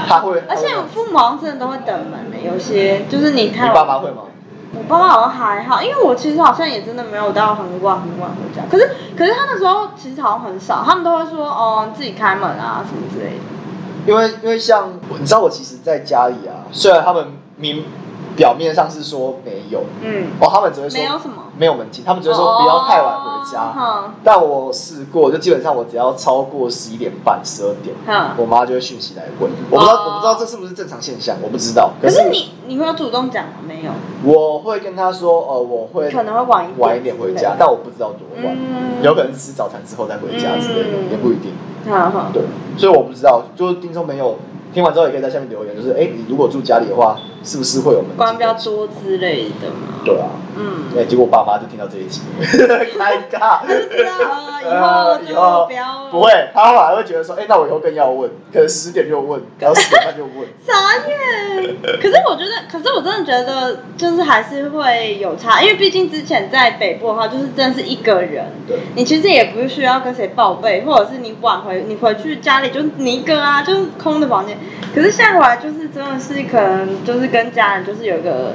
[SPEAKER 2] 她会，
[SPEAKER 1] 而且
[SPEAKER 2] 她会
[SPEAKER 1] 父母好像真的都会等门的，有些就是你
[SPEAKER 2] 你
[SPEAKER 1] 太晚。
[SPEAKER 2] 爸妈会吗？
[SPEAKER 1] 我爸妈好像还好，因为我其实好像也真的没有到很晚很晚回家。可是可是他那时候其实好像很少，他们都会说哦你自己开门啊什么之类的。
[SPEAKER 2] 因为因为像你知道我其实在家里啊，虽然他们明表面上是说没有，
[SPEAKER 1] 嗯，
[SPEAKER 2] 哦，他们只会说
[SPEAKER 1] 没有什么
[SPEAKER 2] 没有门禁，他们只会说不要太晚回家。
[SPEAKER 1] 哦
[SPEAKER 2] 但我试过，就基本上我只要超过十一点半、十二点，
[SPEAKER 1] 哼哼。
[SPEAKER 2] 我妈就会讯息来问。我不知道，
[SPEAKER 1] 哦
[SPEAKER 2] 我不知道这是不是正常现象，我不知道。
[SPEAKER 1] 可是你你会有主动讲吗？没有，
[SPEAKER 2] 我会跟她说，呃，我会
[SPEAKER 1] 可能会晚一点
[SPEAKER 2] 晚一点回家，但我不知道多晚，
[SPEAKER 1] 嗯
[SPEAKER 2] 有可能是吃早餐之后再回家之类的，
[SPEAKER 1] 嗯
[SPEAKER 2] 也不一定。
[SPEAKER 1] 哈哈，
[SPEAKER 2] 对，所以我不知道，就是听众朋友听完之后也可以在下面留言，就是哎、你如果住家里的话，是不是会有门禁
[SPEAKER 1] 关比较多之类的嘛。
[SPEAKER 2] 对啊，
[SPEAKER 1] 嗯。
[SPEAKER 2] 对，结果我爸妈就听到这 一集，尴 尬。
[SPEAKER 1] 知道啊 以后
[SPEAKER 2] 呃
[SPEAKER 1] 就
[SPEAKER 2] 以后
[SPEAKER 1] 不要
[SPEAKER 2] 不会，他反而会觉得说，哎、那我以后更要问，可能十点就问，然后十点半就问。
[SPEAKER 1] 傻眼。可是我觉得，可是我真的觉得，就是还是会有差，因为毕竟之前在北部的话，就是真的是一个人，
[SPEAKER 2] 对，
[SPEAKER 1] 你其实也不需要跟谁报备，或者是你晚回你回去家里就是你一个啊，就是空的房间。可是现在回来就是真的是可能就是跟家人就是有一个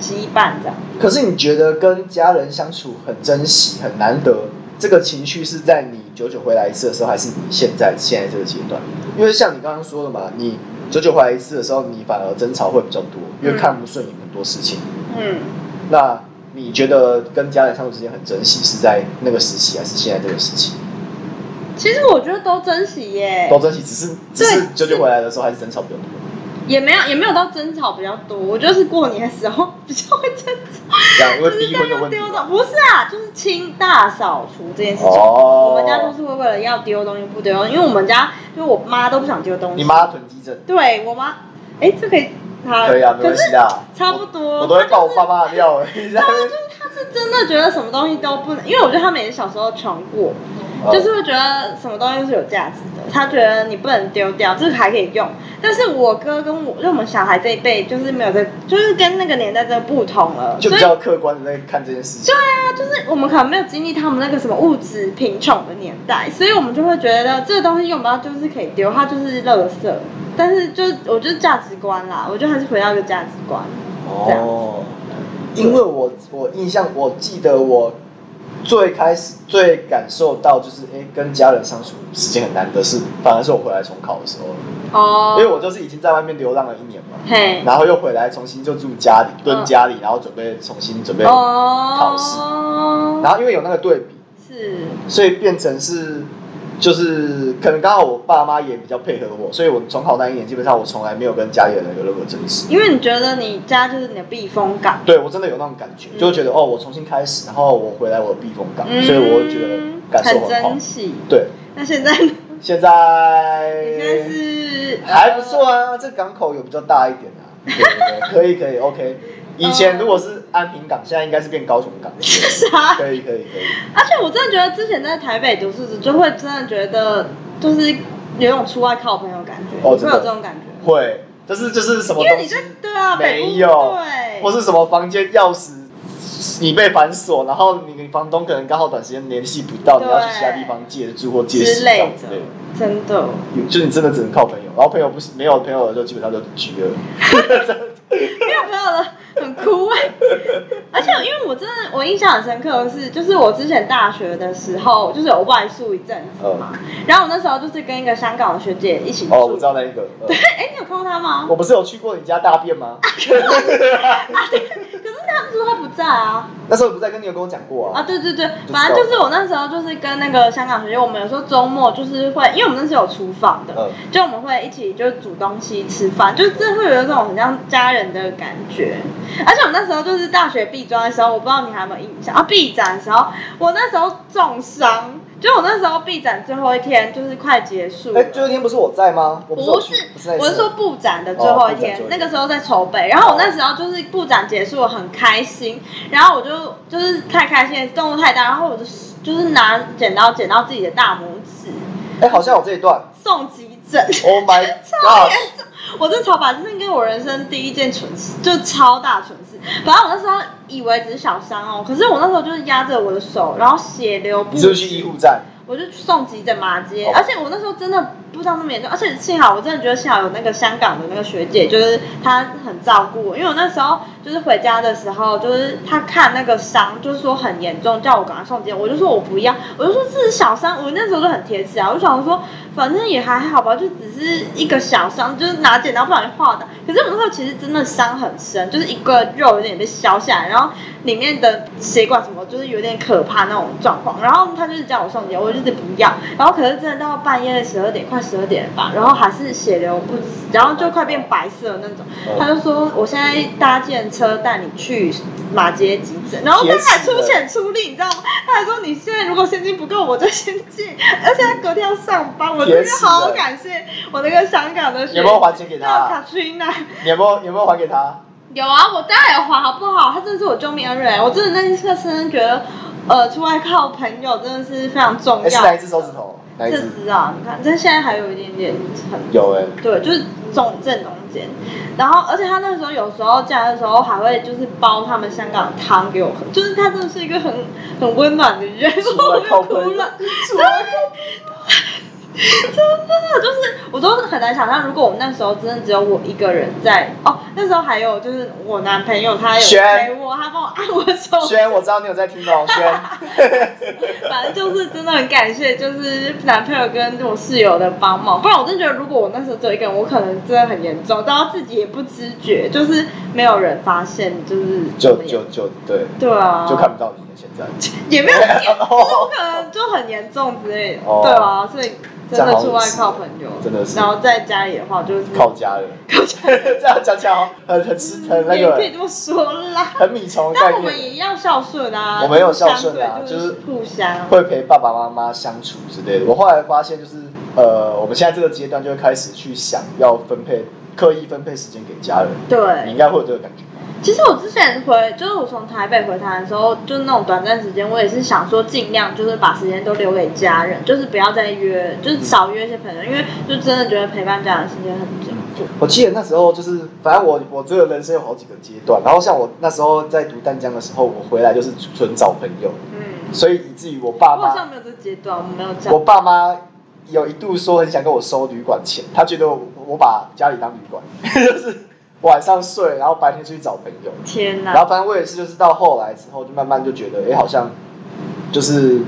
[SPEAKER 1] 羁绊这样。
[SPEAKER 2] 可是你觉得跟家人相处很珍惜、很难得，这个情绪是在你久久回来一次的时候，还是你现在现在这个阶段？因为像你刚刚说的嘛，你久久回来一次的时候，你反而争吵会比较多，因为看不顺眼很多事情。
[SPEAKER 1] 嗯，
[SPEAKER 2] 那你觉得跟家人相处之间很珍惜，是在那个时期，还是现在这个时期？
[SPEAKER 1] 其实我觉得都珍惜耶，
[SPEAKER 2] 都珍惜，只是只是
[SPEAKER 1] 对
[SPEAKER 2] 久久回来的时候还是争吵比较多。
[SPEAKER 1] 也没有也没有到争吵比较多，我觉得是过年的时候 比较会争吵。
[SPEAKER 2] 这样因为
[SPEAKER 1] 就
[SPEAKER 2] 逼
[SPEAKER 1] 是
[SPEAKER 2] 婚的
[SPEAKER 1] 要
[SPEAKER 2] 问题
[SPEAKER 1] 丢。的，不是啊，就是清大扫除这件事情。我
[SPEAKER 2] 哦
[SPEAKER 1] 们家就是会为了要丢东西不丢东西，因为我们家就是我妈都不想丢东西。
[SPEAKER 2] 你？妈囤积症，
[SPEAKER 1] 对我妈，哎，这可以，她
[SPEAKER 2] 可以啊，没
[SPEAKER 1] 可
[SPEAKER 2] 关
[SPEAKER 1] 是
[SPEAKER 2] 系啦。
[SPEAKER 1] 差不多，
[SPEAKER 2] 我都会
[SPEAKER 1] 她
[SPEAKER 2] 爆
[SPEAKER 1] 就
[SPEAKER 2] 我
[SPEAKER 1] 是
[SPEAKER 2] 爸妈的料哎。
[SPEAKER 1] 她是真的觉得什么东西都不能，因为我觉得他们也是小时候穷过，
[SPEAKER 2] 哦
[SPEAKER 1] 就是会觉得什么东西都是有价值的，他觉得你不能丢掉，这个还可以用。但是我哥跟我，就我们小孩这一辈，就是没有这，就是跟那个年代真的不同了，
[SPEAKER 2] 就
[SPEAKER 1] 所
[SPEAKER 2] 比
[SPEAKER 1] 以。
[SPEAKER 2] 较客观的在看这件事
[SPEAKER 1] 对
[SPEAKER 2] 情。
[SPEAKER 1] 啊，就是我们可能没有经历他们那个什么物质贫穷的年代，所以我们就会觉得这个东西用不到就是可以丢，它就是垃圾。但是就是我觉得价值观啦，我觉得还是回到一个价值观。这样
[SPEAKER 2] 哦，因为我我印象，我记得我最开始最感受到就是，哎、跟家人相处时间很难得是，反而是我回来重考的时候，
[SPEAKER 1] 哦
[SPEAKER 2] 因为我就是已经在外面流浪了一年嘛，
[SPEAKER 1] 嘿，
[SPEAKER 2] 然后又回来重新就住家里，蹲家里，然后准备重新准备，然
[SPEAKER 1] 哦，
[SPEAKER 2] 考试后因为有那个对比，
[SPEAKER 1] 是，
[SPEAKER 2] 所以变成是，就是可能刚好我爸妈也比较配合我，所以我重考那一年基本上我从来没有跟家里人有任何争执。
[SPEAKER 1] 因为你觉得你家就是你的避风港，
[SPEAKER 2] 对我真的有那种感觉，
[SPEAKER 1] 嗯
[SPEAKER 2] 就会觉得哦，我重新开始，然后我回来我有避风港，
[SPEAKER 1] 嗯
[SPEAKER 2] 所以我会觉得感受
[SPEAKER 1] 很
[SPEAKER 2] 很好
[SPEAKER 1] 珍。惜。
[SPEAKER 2] 对，
[SPEAKER 1] 那现在呢？
[SPEAKER 2] 现
[SPEAKER 1] 你现在
[SPEAKER 2] 在
[SPEAKER 1] 是
[SPEAKER 2] 啊还不错啊，这港口有比较大一点啊，对对对，可以可以，OK。以前如果是安平港，现在应该是变高雄 港。
[SPEAKER 1] 啥？
[SPEAKER 2] 可以可以可以，
[SPEAKER 1] 而且我真的觉得之前在台北读书时，就会真的觉得就是有种出外靠朋友的感觉，
[SPEAKER 2] 哦
[SPEAKER 1] 你会
[SPEAKER 2] 真的
[SPEAKER 1] 有这种感觉？
[SPEAKER 2] 会，就是就是什么
[SPEAKER 1] 因为
[SPEAKER 2] 东
[SPEAKER 1] 你
[SPEAKER 2] 西
[SPEAKER 1] 在对啊，北部
[SPEAKER 2] 没有，
[SPEAKER 1] 对，
[SPEAKER 2] 或是什么房间钥匙你被反锁，然后你房东可能刚好短时间联系不到，你要去其他地方借住或借
[SPEAKER 1] 之
[SPEAKER 2] 宿
[SPEAKER 1] 类的
[SPEAKER 2] 对，，
[SPEAKER 1] 真的。
[SPEAKER 2] 有就是你真的只能靠朋友，然后朋友不是没有朋友的时候，基本上就局了。
[SPEAKER 1] 没有没有了，很酷哎、 而且因为我真的我印象很深刻的是，就是我之前大学的时候，就是有外宿一阵子嘛，然后我那时候就是跟一个香港的学姐一起住。
[SPEAKER 2] 嗯哦，我知道那一个，呃
[SPEAKER 1] 对， 哎、你有看过她吗？
[SPEAKER 2] 我不是有去过你家大便吗？
[SPEAKER 1] 可是她说她不在啊。
[SPEAKER 2] 那时候你不在跟你有跟我讲过
[SPEAKER 1] 啊，
[SPEAKER 2] 啊？
[SPEAKER 1] 对对对，
[SPEAKER 2] 知道
[SPEAKER 1] 反正就是我那时候就是跟那个香港学姐，我们有时候周末就是会，因为我们那时候有厨房的，
[SPEAKER 2] 嗯
[SPEAKER 1] 就我们会一起就是煮东西吃饭，就是这会有一种很像家人的感觉。而且我那时候就是大学毕专的时候，我不知道你还有没有印象啊？毕展的时候，我那时候重伤，就我那时候毕展最后一天就是快结束了。
[SPEAKER 2] 哎，最后一天不是我在吗？我不是有
[SPEAKER 1] 不
[SPEAKER 2] 去
[SPEAKER 1] 是
[SPEAKER 2] 不是那，一次
[SPEAKER 1] 我是说布展的最后一
[SPEAKER 2] 哦布
[SPEAKER 1] 天
[SPEAKER 2] 展最，后一
[SPEAKER 1] 那
[SPEAKER 2] 天
[SPEAKER 1] 个时候在筹备，然后我那时候就是布展结束，我很开心，然后我就就是太开心，动物太大，然后我就就是拿剪刀剪到自己的大拇指，
[SPEAKER 2] 哎，好像有这一段。
[SPEAKER 1] 送急诊。
[SPEAKER 2] Oh my
[SPEAKER 1] 超
[SPEAKER 2] god！
[SPEAKER 1] 严重！我这超把这是应该我人生第一件蠢事，就超大蠢事。反正我那时候以为只是小伤哦，可是我那时候就是压着我的手，然后血流不
[SPEAKER 2] 你是不是去医护站？
[SPEAKER 1] 我就送急诊嘛，直接，
[SPEAKER 2] 哦
[SPEAKER 1] 而且我那时候真的不知道那么严重，而且幸好我真的觉得幸好有那个香港的那个学姐，就是她很照顾我，因为我那时候就是回家的时候，就是她看那个伤，就是说很严重，叫我赶快送急诊，我就说我不要，我就说这是小伤，我那时候就很贴切啊，我就想说反正也还好吧，就只是一个小伤，就是拿剪刀不小心划到，可是我那时候其实真的伤很深，就是一个肉有点被削下来，然后里面的血管什么就是有点可怕那种状况。然后他就是叫我送检，我就是不要。然后可是真的到半夜十二点，快十二点了吧，然后还是血流不止，然后就快变白色那种。他就说我现在搭建车带你去马街急诊，然后他还出钱出力，你知道吗？他还说你现在如果现金不够，我就先进，而且他隔天要上班，我真的好感谢我那个香港的学
[SPEAKER 2] 有没有还钱给他
[SPEAKER 1] 叫卡翠娜。
[SPEAKER 2] 你有没有有没有还给他？
[SPEAKER 1] 有啊，我当然有还，好不好？他真的是我救命恩人，我真的那一刻深深觉得，呃，出外靠朋友真的是非常重
[SPEAKER 2] 哎，是哪
[SPEAKER 1] 要
[SPEAKER 2] 一。只手指头？哪一
[SPEAKER 1] 这
[SPEAKER 2] 只？
[SPEAKER 1] 只啊，你看，但现在还有一点点很
[SPEAKER 2] 有哎。
[SPEAKER 1] 对，就是中正中间。然后，而且他那时候有时候假的时候还会就是煲他们香港汤给我喝，就是他真的是一个很很温暖的人，
[SPEAKER 2] 出
[SPEAKER 1] 我
[SPEAKER 2] 来
[SPEAKER 1] 又
[SPEAKER 2] 靠
[SPEAKER 1] 哭
[SPEAKER 2] 朋友
[SPEAKER 1] 了，真的， 真的就是我都很难想象，如果我们那时候真的只有我一个人在哦，那时候还有就是我男朋友他有
[SPEAKER 2] 轩
[SPEAKER 1] 陪我，他帮我按我手，
[SPEAKER 2] 轩，我知道你有在听哦，轩。
[SPEAKER 1] 反正就是真的很感谢，就是男朋友跟我室友的帮忙，不然我真的觉得，如果我那时候只有一个人，我可能真的很严重，然后自己也不知觉，就是没有人发现，就是
[SPEAKER 2] 就就就对，
[SPEAKER 1] 对啊，
[SPEAKER 2] 就看不到你了现 在。
[SPEAKER 1] 也 没有，就是我
[SPEAKER 2] 哦
[SPEAKER 1] 可能就很严重之类的，
[SPEAKER 2] 哦
[SPEAKER 1] 对啊，所以真
[SPEAKER 2] 这
[SPEAKER 1] 的
[SPEAKER 2] 样
[SPEAKER 1] 出外
[SPEAKER 2] 好像
[SPEAKER 1] 靠朋友，
[SPEAKER 2] 真的是
[SPEAKER 1] 然后在家里的话就是
[SPEAKER 2] 靠家人，
[SPEAKER 1] 靠家
[SPEAKER 2] 这样讲起来好很很吃很那
[SPEAKER 1] 也可以这
[SPEAKER 2] 个
[SPEAKER 1] 么说啦。
[SPEAKER 2] 很米虫的
[SPEAKER 1] 但
[SPEAKER 2] 概
[SPEAKER 1] 我们
[SPEAKER 2] 念，
[SPEAKER 1] 也要孝顺啊，
[SPEAKER 2] 我们有孝顺啊
[SPEAKER 1] 就是
[SPEAKER 2] 就是
[SPEAKER 1] 相对互相。啊
[SPEAKER 2] 会陪爸爸妈妈相处之类的。我后来发现就是呃，我们现在这个阶段就会开始去想要分配刻意分配时间给家人，
[SPEAKER 1] 对
[SPEAKER 2] 你应，该会有这个感觉。
[SPEAKER 1] 其实我之前回，就是我从台北回台湾的时候，就那种短暂时间，我也是想说尽量就是把时间都留给家人，就是不要再约，就是少约一些朋友，因为就真的觉得陪伴家人时间很久。
[SPEAKER 2] 我记得那时候就是，反正我我这个人生有好几个阶段，然后像我那时候在读淡江的时候，我回来就是纯找朋友，
[SPEAKER 1] 嗯，
[SPEAKER 2] 所以以至于我爸
[SPEAKER 1] 我好
[SPEAKER 2] 妈
[SPEAKER 1] 像，没有这阶段，我没有这
[SPEAKER 2] 我
[SPEAKER 1] 样。
[SPEAKER 2] 爸妈有一度说很想跟我收旅馆钱，他觉得我我把家里当旅馆， 就是晚上睡，然后白天出去找朋友，
[SPEAKER 1] 天
[SPEAKER 2] 然
[SPEAKER 1] 哪！
[SPEAKER 2] 后反正我也是，就是到后来之后，就慢慢就觉得，哎、好像就是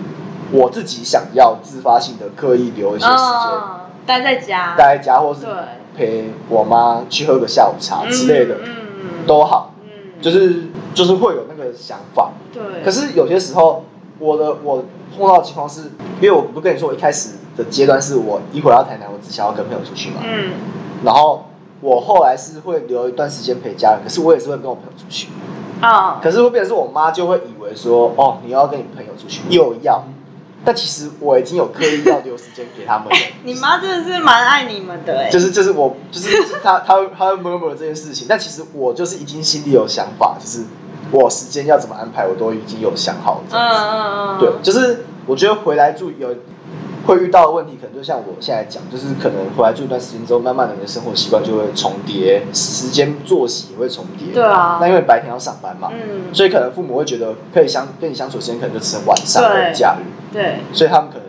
[SPEAKER 2] 我自己想要自发性的刻意留一些时间
[SPEAKER 1] 嗯，待在家，
[SPEAKER 2] 待在家，或是
[SPEAKER 1] 对
[SPEAKER 2] 陪我妈去喝个下午茶之类的，
[SPEAKER 1] 嗯嗯，
[SPEAKER 2] 都好。
[SPEAKER 1] 嗯，
[SPEAKER 2] 就是就是会有那个想法。
[SPEAKER 1] 对。
[SPEAKER 2] 可是有些时候，我的我碰到的情况是，因为我不跟你说，我一开始的阶段是我一回到台南，我只想要跟朋友出去嘛，
[SPEAKER 1] 嗯，
[SPEAKER 2] 然后。我后来是会留一段时间陪家人，可是我也是会跟我朋友出去。
[SPEAKER 1] 啊，
[SPEAKER 2] 哦可是会变成是我妈就会以为说，哦，你又要跟你朋友出去，又要，但其实我已经有刻意要留时间给他们了。
[SPEAKER 1] 你妈真的是蛮爱你们的哎、
[SPEAKER 2] 就是就是我就是他他会他会 murmur 这件事情，但其实我就是已经心里有想法，就是我时间要怎么安排，我都已经有想好这
[SPEAKER 1] 嗯
[SPEAKER 2] 样子。
[SPEAKER 1] 嗯嗯，
[SPEAKER 2] 对，就是我觉得回来住有会遇到的问题，可能就像我现在讲，就是可能回来住一段时间之后，慢慢的你的生活习惯就会重叠，时间作息也会重叠。
[SPEAKER 1] 对啊
[SPEAKER 2] 那因为白天要上班嘛，
[SPEAKER 1] 嗯，
[SPEAKER 2] 所以可能父母会觉得可以相跟你相处的时间可能就只剩晚上
[SPEAKER 1] 对
[SPEAKER 2] 跟假日，
[SPEAKER 1] 对，
[SPEAKER 2] 所以他们可能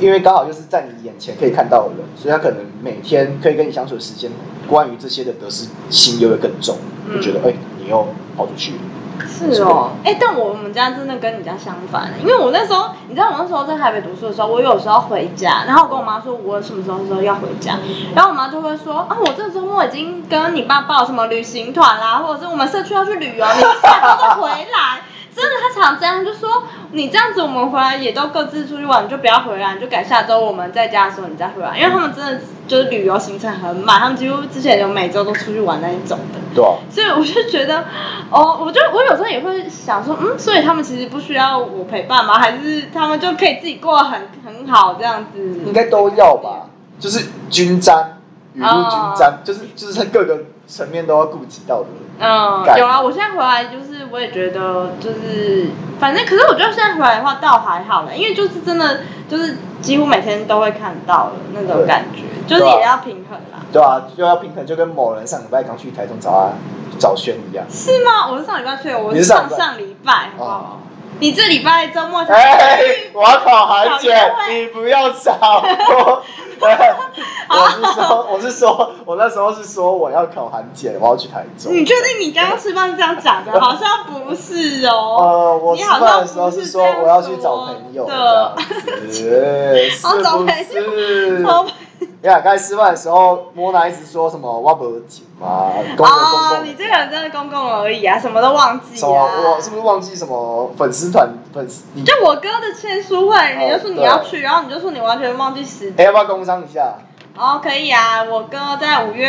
[SPEAKER 2] 因为刚好就是在你眼前可以看到的人，所以他可能每天可以跟你相处的时间，关于这些的得失心又会更重，
[SPEAKER 1] 嗯
[SPEAKER 2] 就觉得哎、你又跑出去了，
[SPEAKER 1] 是哦，哎、但我们家真的跟你家相反，欸因为我那时候，你知道我那时候在台北读书的时候，我有时候回家，然后我跟我妈说我什么时候时候要回家，然后我妈就会说啊，我这周末已经跟你爸报什么旅行团啦，或者是我们社区要去旅游，你下周再回来。 真的，她常这样，就说你这样子，我们回来也都各自出去玩，你就不要回来，你就改下周我们在家的时候你再回来，因为他们真的就是旅游行程很满，他们几乎之前有每周都出去玩那一种的。
[SPEAKER 2] 对啊，
[SPEAKER 1] 所以我就觉得，哦，我就我有时候也会想说，嗯，所以他们其实不需要我陪伴吗？还是他们就可以自己过得很很好这样子？
[SPEAKER 2] 应该都要吧，就是均沾，雨露均沾，就是就是在各个层面都要顾及到的。
[SPEAKER 1] 嗯，
[SPEAKER 2] 感
[SPEAKER 1] 有啊，我现在回来就是我也觉得就是，反正可是我觉得现在回来的话倒还好欸了，因为就是真的就是几乎每天都会看到的那种
[SPEAKER 2] 对
[SPEAKER 1] 感觉，就是
[SPEAKER 2] 对啊
[SPEAKER 1] 也要平衡啦。
[SPEAKER 2] 对啊，就要平衡，就跟某人上礼拜刚去台中找他找轩一样。
[SPEAKER 1] 是吗？我是上礼拜去的，我
[SPEAKER 2] 你
[SPEAKER 1] 是
[SPEAKER 2] 是
[SPEAKER 1] 上
[SPEAKER 2] 上礼拜
[SPEAKER 1] 上礼拜，好不好
[SPEAKER 2] 哦？
[SPEAKER 1] 你这礼拜周末才
[SPEAKER 2] 哎、我要考韩
[SPEAKER 1] 找
[SPEAKER 2] 姐
[SPEAKER 1] 约，会
[SPEAKER 2] 你不要吵。我我是说，我是说，我那时候是说我要考韩检，我要去台中。
[SPEAKER 1] 你确定你刚刚吃饭是这样讲的？好像不是哦。
[SPEAKER 2] 呃，我
[SPEAKER 1] 你
[SPEAKER 2] 吃
[SPEAKER 1] 好像
[SPEAKER 2] 饭的时候
[SPEAKER 1] 不是
[SPEAKER 2] 是说
[SPEAKER 1] 这样
[SPEAKER 2] 我要去
[SPEAKER 1] 说
[SPEAKER 2] 找朋友，
[SPEAKER 1] 的
[SPEAKER 2] 这样子哦是
[SPEAKER 1] 好找朋友
[SPEAKER 2] 不是？
[SPEAKER 1] 哦
[SPEAKER 2] 你俩刚才吃饭的时候，莫娜一直说什么我不紧嘛，公公公
[SPEAKER 1] 哦，
[SPEAKER 2] 公，
[SPEAKER 1] 你这个人真的公公而已啊，什么都忘记
[SPEAKER 2] 什
[SPEAKER 1] 啊。
[SPEAKER 2] 么我是不是忘记什么粉丝团粉丝？你
[SPEAKER 1] 就我哥的签书会，你就说你要
[SPEAKER 2] 哦
[SPEAKER 1] 去，然后你就说你完全忘记时
[SPEAKER 2] 哎
[SPEAKER 1] 间。
[SPEAKER 2] 要不要工商一下？
[SPEAKER 1] 哦，可以啊，我哥在五月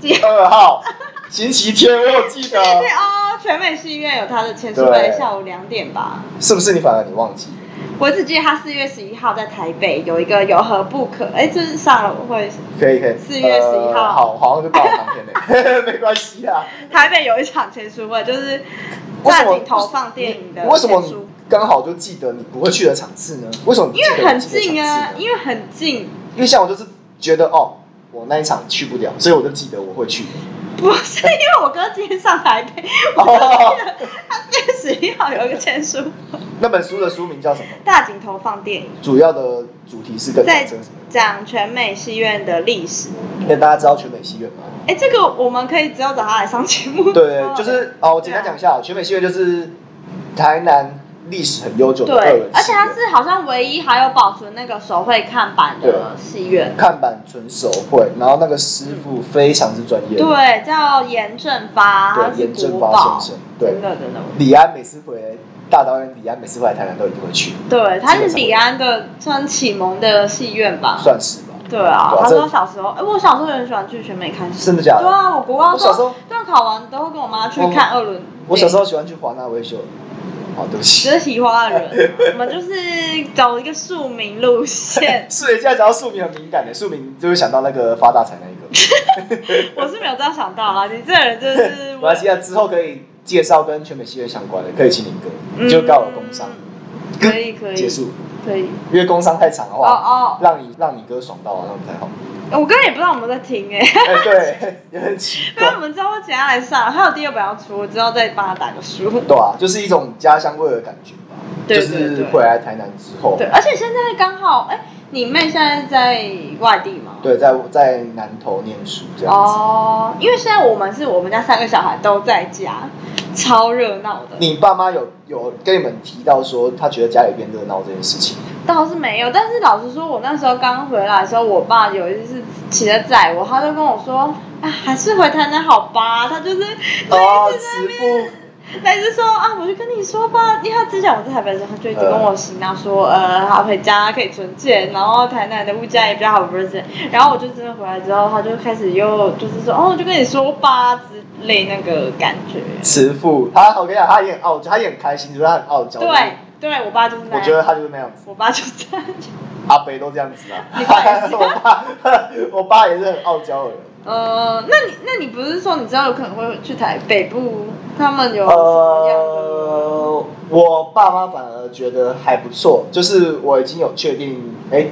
[SPEAKER 1] 几号？
[SPEAKER 2] 二号星期天我有记得，
[SPEAKER 1] 对哦，全美戏院有他的签书会，
[SPEAKER 2] 对
[SPEAKER 1] 下午两点吧。
[SPEAKER 2] 是不是你反而你忘记？
[SPEAKER 1] 我只记得他四月十一号在台北有一个有何不可，哎，这是上了会
[SPEAKER 2] 可以可以，
[SPEAKER 1] 4月11号
[SPEAKER 2] 呃好，好像就刚好当 天嘞，没关系啊。
[SPEAKER 1] 台北有一场签书会，就是
[SPEAKER 2] 为
[SPEAKER 1] 大
[SPEAKER 2] 什么
[SPEAKER 1] 镜头放电影的
[SPEAKER 2] 你为什么
[SPEAKER 1] 签书
[SPEAKER 2] 你刚好就记得你不会去的场次呢？为什么你不
[SPEAKER 1] 因
[SPEAKER 2] 记得
[SPEAKER 1] 为很
[SPEAKER 2] 你记得
[SPEAKER 1] 近
[SPEAKER 2] 场
[SPEAKER 1] 啊
[SPEAKER 2] 次，呢
[SPEAKER 1] 因为很近，
[SPEAKER 2] 因为像我就是觉得哦，我那一场去不了，所以我就记得我会去。
[SPEAKER 1] 不是因为我哥今天上台北，
[SPEAKER 2] 哦
[SPEAKER 1] 我就记得他四月十一号有一个签书会，
[SPEAKER 2] 那本书的书名叫什么？
[SPEAKER 1] 大镜头放电影，
[SPEAKER 2] 主要的主题是跟
[SPEAKER 1] 在
[SPEAKER 2] 什么？
[SPEAKER 1] 讲全美戏院的历史。
[SPEAKER 2] 那大家知道全美戏院吗？
[SPEAKER 1] 哎，这个我们可以只有找他来上节目。
[SPEAKER 2] 对， 就是哦，我简单讲一下，全美戏院就是台南历史很悠久的二
[SPEAKER 1] 对
[SPEAKER 2] 人，
[SPEAKER 1] 而且他
[SPEAKER 2] 戏院
[SPEAKER 1] 是好像唯一还有保存那个手绘看板的戏院。
[SPEAKER 2] 看板纯手绘，然后那个师傅非常之专业，
[SPEAKER 1] 对，叫严正发，他
[SPEAKER 2] 对，
[SPEAKER 1] 是
[SPEAKER 2] 严正
[SPEAKER 1] 国
[SPEAKER 2] 发
[SPEAKER 1] 宝，
[SPEAKER 2] 先生，对
[SPEAKER 1] 真，的真的，
[SPEAKER 2] 李安每次回大导演李安每次回来台南都一定会去，
[SPEAKER 1] 对，他是李安的算启蒙的戏院吧？
[SPEAKER 2] 算是吧。
[SPEAKER 1] 对啊
[SPEAKER 2] 对，啊
[SPEAKER 1] 他说
[SPEAKER 2] 这
[SPEAKER 1] 小时候，哎，我小时候也很喜欢去全美看戏。
[SPEAKER 2] 真的假的
[SPEAKER 1] 对啊，我国高
[SPEAKER 2] 我小时
[SPEAKER 1] 中
[SPEAKER 2] 候
[SPEAKER 1] 段考完都会跟我妈去
[SPEAKER 2] 我
[SPEAKER 1] 看二轮。
[SPEAKER 2] 我小时候喜欢去华纳维修，哦，对不起。
[SPEAKER 1] 只。是喜欢二轮，我们就是走一个庶民路线
[SPEAKER 2] 素人现在只要庶民很敏感的，庶民就会想到那个发大财那一个。
[SPEAKER 1] 我是没有这样想到啊，你这个人真的是
[SPEAKER 2] 没关系啊，之后可以介绍跟全美戏院相关的，可以请你哥，
[SPEAKER 1] 嗯
[SPEAKER 2] 就告我工商。
[SPEAKER 1] 可以可以
[SPEAKER 2] 结束，
[SPEAKER 1] 可以。
[SPEAKER 2] 因为工商太长的
[SPEAKER 1] 哦
[SPEAKER 2] 话，
[SPEAKER 1] 哦，
[SPEAKER 2] 让你让你哥爽到啊，那不太好。
[SPEAKER 1] 我刚刚也不知道我们在听哎，
[SPEAKER 2] 哎、对， 有点奇
[SPEAKER 1] 不然
[SPEAKER 2] 怪
[SPEAKER 1] 我。们之后会怎样来上？还有第二本要出，我之后再帮他打个书。
[SPEAKER 2] 对啊，就是一种家乡味的感觉吧。
[SPEAKER 1] 对
[SPEAKER 2] 就
[SPEAKER 1] 对
[SPEAKER 2] 是
[SPEAKER 1] 对
[SPEAKER 2] 回来台南之后，
[SPEAKER 1] 对，而且现在刚好，哎、你妹现在在外地吗？。
[SPEAKER 2] 对，在在南投念书这样子。
[SPEAKER 1] 哦，因为现在我们是我们家三个小孩都在家，超热闹的。
[SPEAKER 2] 你爸妈有有跟你们提到说，他觉得家里变热闹这件事情，
[SPEAKER 1] 倒是没有，但是老实说，我那时候刚回来的时候，我爸有一次骑着载我，他就跟我说。啊，还是回台南好吧。他就是
[SPEAKER 2] 哦，慈父
[SPEAKER 1] 他一直说啊，我就跟你说吧，因为他之前我在台北的时候，他就一直跟我洗脑说，呃，好回家可以存钱，然后台南的物价也比较好，不是这样？然后我就真的回来之后，他就开始又就是说，哦，就跟你说吧之类那个感觉。
[SPEAKER 2] 慈父，他我跟你讲，他也很傲娇，他也很开心，就是他很傲娇。
[SPEAKER 1] 对，对我爸就是那样，
[SPEAKER 2] 我觉得他就是那样子，
[SPEAKER 1] 我爸就是这样讲。
[SPEAKER 2] 阿北都这样子啊。
[SPEAKER 1] 你爸也是
[SPEAKER 2] 我爸，我爸也是很傲娇的人。
[SPEAKER 1] 呃，那你那你不是说你知道有可能会去台北部，他们有什么样的？
[SPEAKER 2] 呃，我爸妈反而觉得还不错，就是我已经有确定，哎、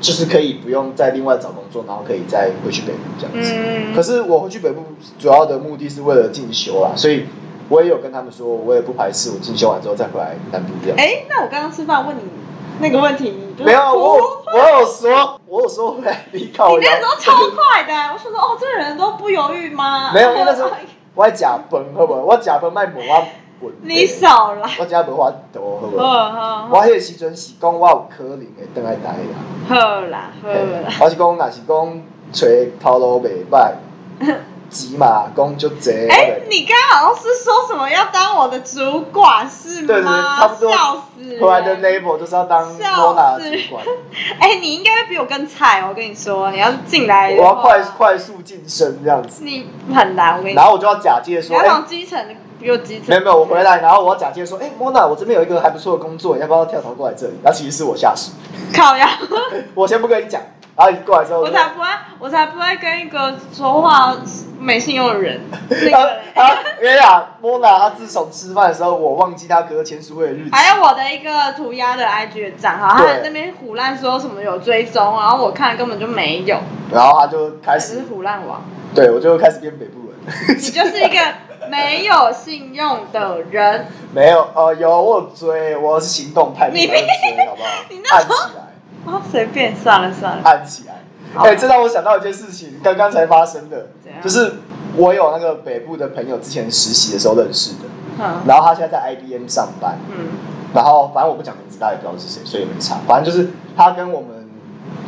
[SPEAKER 2] 就是可以不用再另外找工作，然后可以再回去北部这样子。
[SPEAKER 1] 嗯，
[SPEAKER 2] 可是我回去北部主要的目的是为了进修啦，所以我也有跟他们说，我也不排斥我进修完之后再回来南部这样。
[SPEAKER 1] 哎、那我刚刚吃饭问你那个问题，你就
[SPEAKER 2] 没有，我有
[SPEAKER 1] 不
[SPEAKER 2] 我有说，我有说回来离考
[SPEAKER 1] 你
[SPEAKER 2] 研
[SPEAKER 1] 那时候超快的、 我想说哦，这个人都不犹豫吗？
[SPEAKER 2] 没有，因为那 时候我还假崩，好不好？我假崩卖无我笨
[SPEAKER 1] 你少来，哦
[SPEAKER 2] 我假无法度，好
[SPEAKER 1] 好
[SPEAKER 2] 不好？
[SPEAKER 1] 好
[SPEAKER 2] 我
[SPEAKER 1] 好，
[SPEAKER 2] 迄个时阵是讲我有可能会倒来台啦，
[SPEAKER 1] 好啦好
[SPEAKER 2] 嘿
[SPEAKER 1] 啦，
[SPEAKER 2] 我是讲若是讲找头路袂 歹，钱嘛讲足济，
[SPEAKER 1] 哎、你刚刚好像是说什么要当我的主管是吗？
[SPEAKER 2] 对对对差不多
[SPEAKER 1] 笑死
[SPEAKER 2] 后来的
[SPEAKER 1] 人！
[SPEAKER 2] level 就是要当
[SPEAKER 1] 笑
[SPEAKER 2] Mona
[SPEAKER 1] 死
[SPEAKER 2] 的主管，
[SPEAKER 1] 哎、你应该比我更菜，我跟你说，你要是进来的
[SPEAKER 2] 我
[SPEAKER 1] 话，
[SPEAKER 2] 要快快速晋升这样子，
[SPEAKER 1] 你很难，我跟你
[SPEAKER 2] 然
[SPEAKER 1] 说，
[SPEAKER 2] 后我就要假借
[SPEAKER 1] 你
[SPEAKER 2] 说，
[SPEAKER 1] 要
[SPEAKER 2] 哎、
[SPEAKER 1] 从基层比我基层。
[SPEAKER 2] 没有没有，我回来，然后我要假借说，哎、m o n a 我这边有一个还不错的工作，你要不要跳槽过来这里？那其实是我下属，
[SPEAKER 1] 靠 呀！
[SPEAKER 2] 我先不跟你讲，然后你过来之后
[SPEAKER 1] 我
[SPEAKER 2] 就，
[SPEAKER 1] 才不会，我才不会跟一个说话没信用的人。那
[SPEAKER 2] 他
[SPEAKER 1] 个哎嘞
[SPEAKER 2] 他因为啊，Mona 她自从吃饭的时候，我忘记她哥签书会的日期，
[SPEAKER 1] 还有我的一个涂鸦的 IG 的账号，他
[SPEAKER 2] 对
[SPEAKER 1] 在那边胡乱说什么有追踪，然后我看根本就没有，
[SPEAKER 2] 然后她就开
[SPEAKER 1] 只
[SPEAKER 2] 始
[SPEAKER 1] 是胡乱 网。
[SPEAKER 2] 对，我就开始变北部人。
[SPEAKER 1] 你就是一 个没有信用的人。
[SPEAKER 2] 没有，呃，有我有追，我是行动派，
[SPEAKER 1] 你
[SPEAKER 2] 没有追，好不好
[SPEAKER 1] 你那？时
[SPEAKER 2] 按
[SPEAKER 1] 候
[SPEAKER 2] 起来，
[SPEAKER 1] 哦，随便算了算了。
[SPEAKER 2] 按起来。
[SPEAKER 1] 好
[SPEAKER 2] 哎、这让我想到一件事情，刚刚才发生的
[SPEAKER 1] 怎样，
[SPEAKER 2] 就是我有那个北部的朋友，之前实习的时候认识的，
[SPEAKER 1] 嗯
[SPEAKER 2] 然后他现在在 IBM 上班，
[SPEAKER 1] 嗯
[SPEAKER 2] 啊然后反正我不讲名字，大家也不知道是谁，所以没差。反正就是他跟我们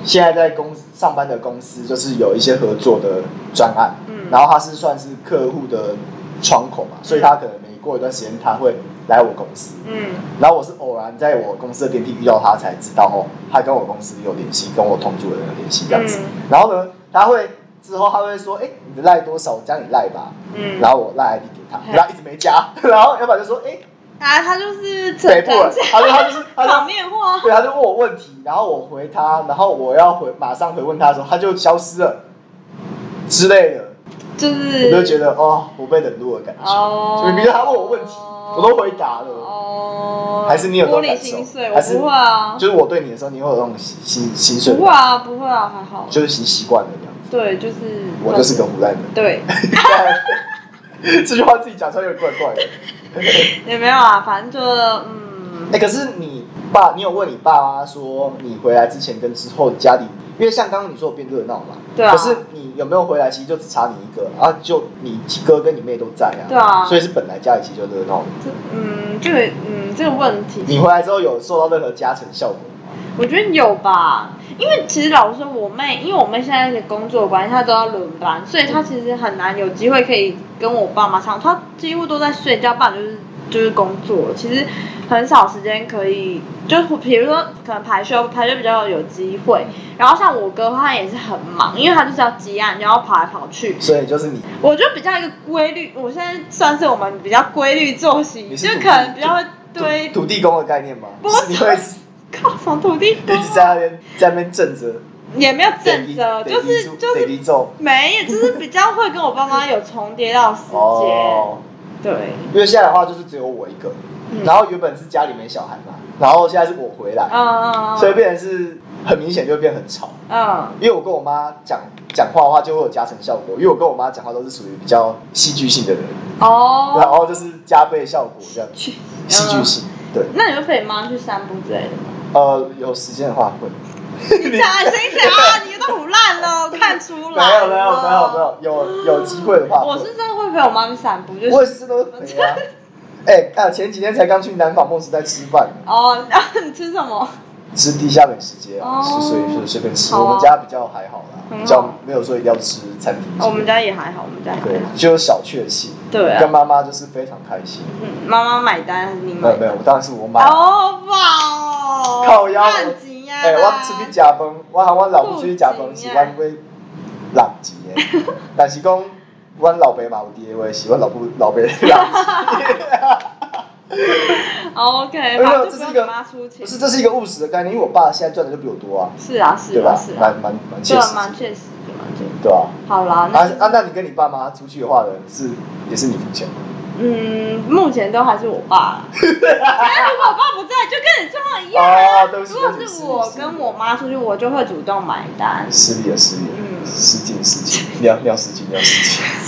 [SPEAKER 2] 现在在公司上班的公司，就是有一些合作的专案，
[SPEAKER 1] 嗯
[SPEAKER 2] 然后他是算是客户的窗口嘛，所以他可能每过一段时间他会来我公司，
[SPEAKER 1] 嗯
[SPEAKER 2] 然后我是偶然在我公司的电梯遇到他，才知道哦，他跟我公司有联系，跟我同住的人有联系这样子。
[SPEAKER 1] 嗯
[SPEAKER 2] 然后呢，他会之后他会说，哎，你的赖多少？我加你赖吧。
[SPEAKER 1] 嗯。
[SPEAKER 2] 然后我赖 ID 给他，
[SPEAKER 1] 嗯
[SPEAKER 2] 然后一直没加， 然后要不然就说，哎，
[SPEAKER 1] 啊，他就是
[SPEAKER 2] 北部人，他就他就是他
[SPEAKER 1] 场
[SPEAKER 2] 就
[SPEAKER 1] 面话。
[SPEAKER 2] 对，他就问我问题，然后我回他，然后我要回马上回问他的时候，他就消失了之类的，
[SPEAKER 1] 就是
[SPEAKER 2] 我就觉得哦，我被冷落的感觉。
[SPEAKER 1] 哦，
[SPEAKER 2] 所以比如他问我问题，我都回答了。
[SPEAKER 1] 哦，
[SPEAKER 2] 还是你有这
[SPEAKER 1] 玻
[SPEAKER 2] 种
[SPEAKER 1] 璃
[SPEAKER 2] 感受
[SPEAKER 1] 心碎，我
[SPEAKER 2] 还是
[SPEAKER 1] 不会啊，
[SPEAKER 2] 就是我对你的时候，你会有那种心心碎的
[SPEAKER 1] 不
[SPEAKER 2] 感
[SPEAKER 1] 会
[SPEAKER 2] 觉，
[SPEAKER 1] 啊，不会啊，还好，
[SPEAKER 2] 就是习习惯了这样子。
[SPEAKER 1] 对，就是
[SPEAKER 2] 我就是个胡乱人。
[SPEAKER 1] 对，
[SPEAKER 2] 这句话自己讲出来有点怪怪的。
[SPEAKER 1] 也没有啊，反正就嗯
[SPEAKER 2] 哎、，可是你爸，你有问你爸妈说你回来之前跟之后家里，因为像刚刚你说有变热闹嘛，
[SPEAKER 1] 对啊
[SPEAKER 2] 可是你有没有回来，其实就只差你一个，然后就你哥跟你妹都在啊，
[SPEAKER 1] 对啊
[SPEAKER 2] 所以是本来家里其实就热闹的。
[SPEAKER 1] 这嗯这个嗯这个问题，
[SPEAKER 2] 你回来之后有受到任何加成效果吗？
[SPEAKER 1] 我觉得有吧，因为其实老实说，我妹因为我妹现在的工作关系，她都要轮班，所以她其实很难有机会可以跟我爸妈上，她几乎都在睡觉，不然就是就是工作，其实很少时间可以，就是比如说可能排休，排休比较有机会。然后像我哥他也是很忙，因为他就是要接案，然后跑来跑去。
[SPEAKER 2] 所以就是你，
[SPEAKER 1] 我就比较一个规律，我现在算是我们比较规律作息，
[SPEAKER 2] 你
[SPEAKER 1] 就是是
[SPEAKER 2] 土
[SPEAKER 1] 可能比较会
[SPEAKER 2] 土
[SPEAKER 1] 堆
[SPEAKER 2] 土地公的概念吗？
[SPEAKER 1] 不
[SPEAKER 2] 就是你会
[SPEAKER 1] 靠什么土地公
[SPEAKER 2] 一直在那边在那边震着，
[SPEAKER 1] 也没有正着，
[SPEAKER 2] 得
[SPEAKER 1] 就是
[SPEAKER 2] 得
[SPEAKER 1] 就
[SPEAKER 2] 得
[SPEAKER 1] 是
[SPEAKER 2] 得咒
[SPEAKER 1] 没有，就是比较会跟我爸妈有重叠到时间，
[SPEAKER 2] 哦。
[SPEAKER 1] 对，
[SPEAKER 2] 因为现在的话就是只有我一个，
[SPEAKER 1] 嗯
[SPEAKER 2] 然后原本是家里没小孩嘛，然后现在是我回来，
[SPEAKER 1] 嗯
[SPEAKER 2] 所以变成是很明显就会变很吵。
[SPEAKER 1] 嗯，
[SPEAKER 2] 因为我跟我妈讲讲话的话，就会有加成效果。因为我跟我妈讲话都是属于比较戏剧性的人，然
[SPEAKER 1] 哦，
[SPEAKER 2] 后就是加倍效果这样，
[SPEAKER 1] 去
[SPEAKER 2] 戏剧。性。对，
[SPEAKER 1] 嗯那你会陪你妈去散步之类的吗？
[SPEAKER 2] 呃，有时间的话 会。
[SPEAKER 1] 你讲声音讲啊，你都腐烂 了，看出
[SPEAKER 2] 没
[SPEAKER 1] 来
[SPEAKER 2] 有
[SPEAKER 1] 了
[SPEAKER 2] 没有没有没。有有有机会的话会，
[SPEAKER 1] 我是真的会陪我妈去散步，就是
[SPEAKER 2] 我也是真的会陪 啊。哎、啊，前几天才刚去南港梦时代吃饭，
[SPEAKER 1] 哦，然后你吃什么？
[SPEAKER 2] 吃地下美食街啊，
[SPEAKER 1] 哦
[SPEAKER 2] 是随随随便吃。
[SPEAKER 1] 好啊
[SPEAKER 2] 我们家比较还好
[SPEAKER 1] 很好
[SPEAKER 2] 啦，比较没有说一定要吃餐厅。
[SPEAKER 1] 哦我们家也还好，我们家也还
[SPEAKER 2] 对
[SPEAKER 1] 好，。
[SPEAKER 2] 就有小确幸。
[SPEAKER 1] 对啊
[SPEAKER 2] 跟妈妈就是非常开心。
[SPEAKER 1] 嗯妈妈买单还是你
[SPEAKER 2] 没
[SPEAKER 1] 买
[SPEAKER 2] 有？没有，我当然是我买。
[SPEAKER 1] 嗯哦，哇哦，
[SPEAKER 2] 靠腰
[SPEAKER 1] 万吉呀！
[SPEAKER 2] 哎、我出去食饭，我和我老母出去食饭是阮要六钱 的，但 是讲阮老爸嘛有伫的话，是阮老母老爸六钱。
[SPEAKER 1] 哦 OK，
[SPEAKER 2] 哎没
[SPEAKER 1] 反
[SPEAKER 2] 有
[SPEAKER 1] 正就不
[SPEAKER 2] 这是
[SPEAKER 1] 用
[SPEAKER 2] 一个
[SPEAKER 1] 你妈出钱
[SPEAKER 2] 不。是这是一个务实的概念，因为我爸现在赚的就比我多啊，
[SPEAKER 1] 是啊，是
[SPEAKER 2] 对
[SPEAKER 1] 啊，
[SPEAKER 2] 吧
[SPEAKER 1] 是？啊
[SPEAKER 2] 蛮，蛮蛮
[SPEAKER 1] 对
[SPEAKER 2] 切
[SPEAKER 1] 啊，
[SPEAKER 2] 实的，
[SPEAKER 1] 蛮确实的，蛮确实的。
[SPEAKER 2] 对吧？
[SPEAKER 1] 好啦，
[SPEAKER 2] 啊
[SPEAKER 1] 那
[SPEAKER 2] 啊，那你跟你爸妈出去的话呢，是也是你付钱吗，
[SPEAKER 1] 嗯，目前都还是我爸 啦。因为如果我爸不在，就跟你状况一样啊。
[SPEAKER 2] 哦对不起
[SPEAKER 1] 如果
[SPEAKER 2] 对不起
[SPEAKER 1] 是我跟我妈出去，我就会主动买单。
[SPEAKER 2] 失礼了失礼了，
[SPEAKER 1] 嗯
[SPEAKER 2] 失敬失敬， 尿尿失敬尿失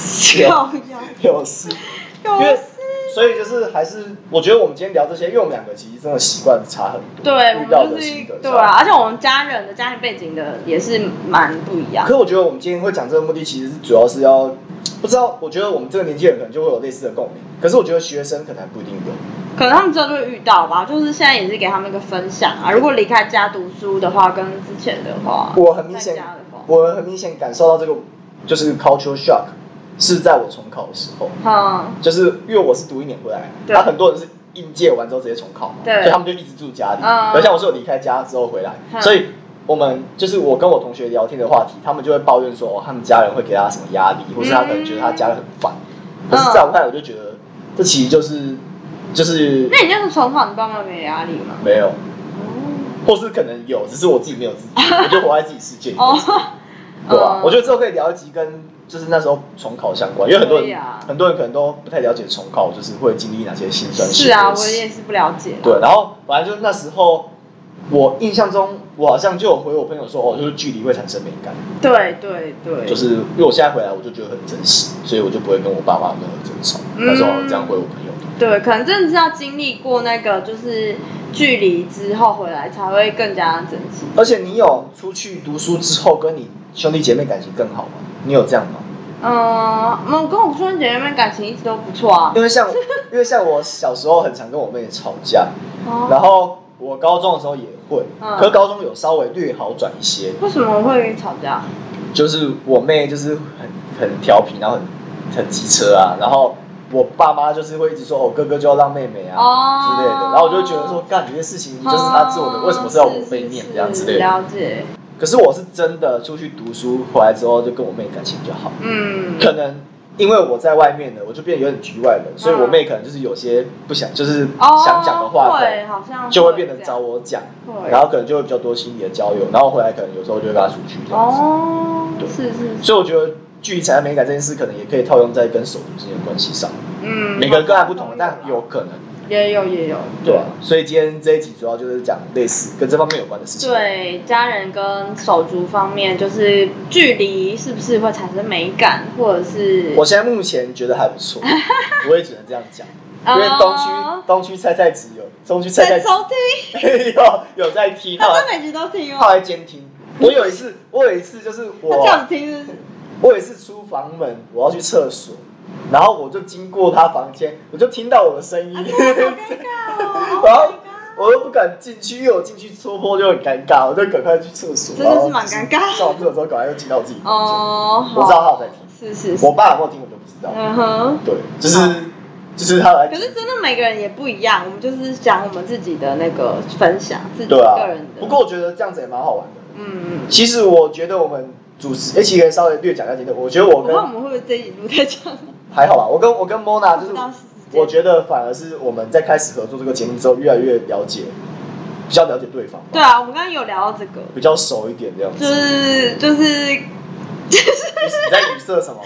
[SPEAKER 1] 笑
[SPEAKER 2] 敬，
[SPEAKER 1] 要
[SPEAKER 2] 尿失敬。
[SPEAKER 1] 要
[SPEAKER 2] 因为
[SPEAKER 1] 死！
[SPEAKER 2] 所以就是还是，我觉得我们今天聊这些，因为我们两个其实真的习惯差很多，
[SPEAKER 1] 对，我
[SPEAKER 2] 遇到
[SPEAKER 1] 们就
[SPEAKER 2] 的
[SPEAKER 1] 是
[SPEAKER 2] 心得
[SPEAKER 1] 对
[SPEAKER 2] 差
[SPEAKER 1] 啊，而且我们家人的家庭背景的也是蛮不一样
[SPEAKER 2] 可。是我觉得我们今天会讲这个目的，其实是主要是要不知道，我觉得我们这个年纪人可能就会有类似的共鸣，可是我觉得学生可能还不一定有。
[SPEAKER 1] 可能他们之后就会遇到吧，就是现在也是给他们一个分享啊。如果离开家读书的话，跟之前的话，
[SPEAKER 2] 我很明显
[SPEAKER 1] 在家的话，
[SPEAKER 2] 我很明显感受到这个就是 culture shock，是在我重考的时候，
[SPEAKER 1] 嗯，
[SPEAKER 2] 就是因为我是读一年回来，
[SPEAKER 1] 对
[SPEAKER 2] 那很多人是应届完之后直接重考嘛，
[SPEAKER 1] 对
[SPEAKER 2] 所以他们就一直住家里。
[SPEAKER 1] 嗯
[SPEAKER 2] 而像我是有离开家之后回来，
[SPEAKER 1] 嗯
[SPEAKER 2] 所以我们就是我跟我同学聊天的话题，他们就会抱怨说，哦，他们家人会给他什么压力，
[SPEAKER 1] 嗯
[SPEAKER 2] 或是他可能觉得他家人很烦。可是在我看来，我就觉得这其实就是就是
[SPEAKER 1] 那你就是重考，你爸妈没压力吗？
[SPEAKER 2] 没有，
[SPEAKER 1] 哦
[SPEAKER 2] 或是可能有，只是我自己没有 自己，我就活在自己世界里面。
[SPEAKER 1] 哦，
[SPEAKER 2] 对吧？
[SPEAKER 1] 嗯
[SPEAKER 2] 我觉得之后可以聊一集跟就是那时候重考相关，因为很多
[SPEAKER 1] 可以
[SPEAKER 2] 人、
[SPEAKER 1] 啊
[SPEAKER 2] 很多人可能都不太了解重考，就是会经历哪些辛酸血
[SPEAKER 1] 是
[SPEAKER 2] 泪
[SPEAKER 1] 啊，我
[SPEAKER 2] 史
[SPEAKER 1] 也是不了解啦。
[SPEAKER 2] 对，然后反正就是那时候，我印象中我好像就有回我朋友说，哦，就是距离会产生美感，
[SPEAKER 1] 对对对，
[SPEAKER 2] 就是因为我现在回来我就觉得很真实，所以我就不会跟我爸妈跟我争吵。
[SPEAKER 1] 嗯
[SPEAKER 2] 那时候我这样回我朋友，
[SPEAKER 1] 对，可能真的是要经历过那个就是距离之后回来，才会更加珍惜。
[SPEAKER 2] 而且你有出去读书之后跟你兄弟姐妹感情更好吗？你有这样吗？
[SPEAKER 1] 嗯，我跟我兄弟姐妹感情一直都不错啊。
[SPEAKER 2] 因为像因为像我小时候很常跟我妹吵架，然
[SPEAKER 1] 哦，
[SPEAKER 2] 后我高中的时候也会，
[SPEAKER 1] 嗯
[SPEAKER 2] 可高中有稍微略好转一些，
[SPEAKER 1] 为什么会吵架？
[SPEAKER 2] 就是我妹就是很很调皮，然后很很机车啊，然后我爸妈就是会一直说哦，哥哥就要让妹妹啊、
[SPEAKER 1] 哦
[SPEAKER 2] 之类的，然后我就会觉得说，干这些事情你就是他做的，为什么是要我被念
[SPEAKER 1] 是是
[SPEAKER 2] 这样之类的？
[SPEAKER 1] 了解，
[SPEAKER 2] 可是我是真的出去读书回来之后，就跟我妹感情比较好，
[SPEAKER 1] 嗯，
[SPEAKER 2] 可能。因为我在外面了，我就变得有点局外人，所以我妹可能就是有些不想，就是
[SPEAKER 1] 嗯哦
[SPEAKER 2] 想讲的话，
[SPEAKER 1] 会好像
[SPEAKER 2] 就会变成找
[SPEAKER 1] 糟。
[SPEAKER 2] 我讲，
[SPEAKER 1] 会
[SPEAKER 2] 然后可能就会比较多心理的交流，然后回来可能有时候就会跟她出去这样子。
[SPEAKER 1] 哦，
[SPEAKER 2] 对
[SPEAKER 1] 是是是，
[SPEAKER 2] 所以我觉得距离产生美感这件事，可能也可以套用在跟手足之间的关系上。
[SPEAKER 1] 嗯，
[SPEAKER 2] 每个人个案不同
[SPEAKER 1] 好，像
[SPEAKER 2] 但有可能，
[SPEAKER 1] 也有也有，
[SPEAKER 2] 对啊。所以今天这一集主要就是讲类似跟这方面有关的事情。，
[SPEAKER 1] 对家人跟手足方面，就是距离是不是会产生美感，或者是
[SPEAKER 2] 我现在目前觉得还 不错，我也只能这样讲，
[SPEAKER 1] 哦
[SPEAKER 2] 因为东区东区菜菜子有东区菜
[SPEAKER 1] 在
[SPEAKER 2] 菜子
[SPEAKER 1] 收听，
[SPEAKER 2] 有有在听，他
[SPEAKER 1] 他
[SPEAKER 2] 还
[SPEAKER 1] 真每集都听
[SPEAKER 2] 他
[SPEAKER 1] 哦，
[SPEAKER 2] 还监听。我有一次，我有一次就是
[SPEAKER 1] 他
[SPEAKER 2] 我啊
[SPEAKER 1] 这样听是不是
[SPEAKER 2] 我有一次出房门，我要去厕所，然后我就经过他房间，我就听到我的声
[SPEAKER 1] 啊
[SPEAKER 2] 音，
[SPEAKER 1] 哦
[SPEAKER 2] 然后我又不敢进去，因为我进去戳破就很尴尬，我就赶快去厕所。
[SPEAKER 1] 真的是蛮尴尬
[SPEAKER 2] 然后上完厕所之后，赶快又进到自己房
[SPEAKER 1] 哦，好
[SPEAKER 2] 间。我知道他有在听，
[SPEAKER 1] 是是是，
[SPEAKER 2] 我爸有没有听我就不知道。
[SPEAKER 1] 嗯哼。
[SPEAKER 2] 对，就是就是他来
[SPEAKER 1] 可
[SPEAKER 2] 听。
[SPEAKER 1] 是真的每个人也不一样，我们就是讲我们自己的那个分享，自己
[SPEAKER 2] 对啊
[SPEAKER 1] 个人的。，
[SPEAKER 2] 不过我觉得这样子也蛮好玩的。
[SPEAKER 1] 嗯，嗯，
[SPEAKER 2] 其实我觉得我们主持，哎，其实可以稍微略讲一下今天。我觉得我
[SPEAKER 1] 我不知
[SPEAKER 2] 跟
[SPEAKER 1] 道我们会不会这一路在讲。
[SPEAKER 2] 还好吧，我跟我跟 Mona
[SPEAKER 1] 不
[SPEAKER 2] 就是
[SPEAKER 1] 知道是谁
[SPEAKER 2] 我觉得反而是我们在开始合作这个节目之后，越来越了解，比较了解对方，
[SPEAKER 1] 对啊，我们刚刚有聊到这个，
[SPEAKER 2] 比较熟一点这样子。
[SPEAKER 1] 就是就是
[SPEAKER 2] 你你在语塞什 么？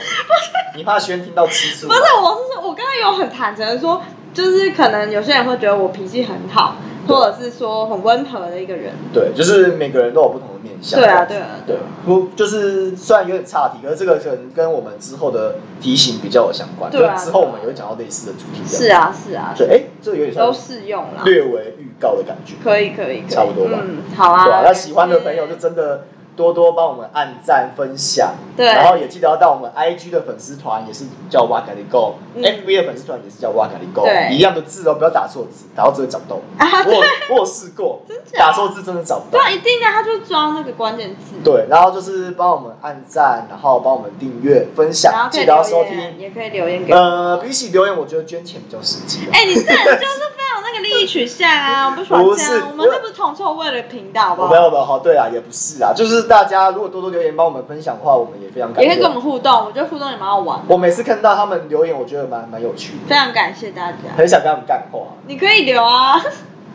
[SPEAKER 2] 你怕轩听到吃醋
[SPEAKER 1] 不
[SPEAKER 2] 吗？
[SPEAKER 1] 是，我是说，我刚刚有很坦诚的说，就是可能有些人会觉得我脾气很好，
[SPEAKER 2] 对
[SPEAKER 1] 或者是说很温和的一个人。
[SPEAKER 2] 对，就是每个人都有不同的面相。
[SPEAKER 1] 对啊，对啊，
[SPEAKER 2] 对，不就是虽然有点差题，可是这个可能跟我们之后的提醒比较有相关。
[SPEAKER 1] 对啊
[SPEAKER 2] 就之后我们也会讲到类似的主题。
[SPEAKER 1] 是。啊，是啊，
[SPEAKER 2] 对，哎，这个有点
[SPEAKER 1] 都啊
[SPEAKER 2] 像
[SPEAKER 1] 适用啦。
[SPEAKER 2] 略为预告的感觉。
[SPEAKER 1] 可以，可以，可以
[SPEAKER 2] 差不多吧
[SPEAKER 1] 嗯，好啊。
[SPEAKER 2] 对啊，那喜欢的朋友就
[SPEAKER 1] 感谢
[SPEAKER 2] 真的多多帮我们按赞分享，
[SPEAKER 1] 对
[SPEAKER 2] 然后也记得要到我们 IG 的粉丝团，也是叫哇咖喱 Go，FB、
[SPEAKER 1] 嗯
[SPEAKER 2] FB 的粉丝团也是叫哇咖喱 Go，
[SPEAKER 1] 对
[SPEAKER 2] 一样的字哦，不要打错字，打到只会找 不到我。我有我有试过
[SPEAKER 1] 真，假
[SPEAKER 2] 打错字真的找不到
[SPEAKER 1] 对。啊，一定的，他就抓那个关键字。
[SPEAKER 2] 对，然后就是帮我们按赞，然后帮我们订阅、分
[SPEAKER 1] 然
[SPEAKER 2] 享，
[SPEAKER 1] 后可
[SPEAKER 2] 记
[SPEAKER 1] 以
[SPEAKER 2] 得要
[SPEAKER 1] 留
[SPEAKER 2] 收
[SPEAKER 1] 言，
[SPEAKER 2] 听。呃
[SPEAKER 1] 也可以留言给我。哎
[SPEAKER 2] 呃，比起留言，我觉得捐钱比较实际啊。
[SPEAKER 1] 哎、你这人就是非常有那个力利益取向啊，我不喜欢
[SPEAKER 2] 不
[SPEAKER 1] 这
[SPEAKER 2] 是
[SPEAKER 1] 样。我们
[SPEAKER 2] 我
[SPEAKER 1] 这不是铜臭味的频道，好不
[SPEAKER 2] 我没
[SPEAKER 1] 好？
[SPEAKER 2] 有没有，好，对啊，也不是啊，就是大家如果多多留言帮我们分享的话，我们也非常感
[SPEAKER 1] 也
[SPEAKER 2] 谢。
[SPEAKER 1] 可以跟我们互动，我觉得互动也蛮好玩的，
[SPEAKER 2] 我每次看到他们留言，我觉得蛮蛮有趣
[SPEAKER 1] 非
[SPEAKER 2] 的，
[SPEAKER 1] 常感谢大家。
[SPEAKER 2] 很想跟他们干话。
[SPEAKER 1] 你可以留啊，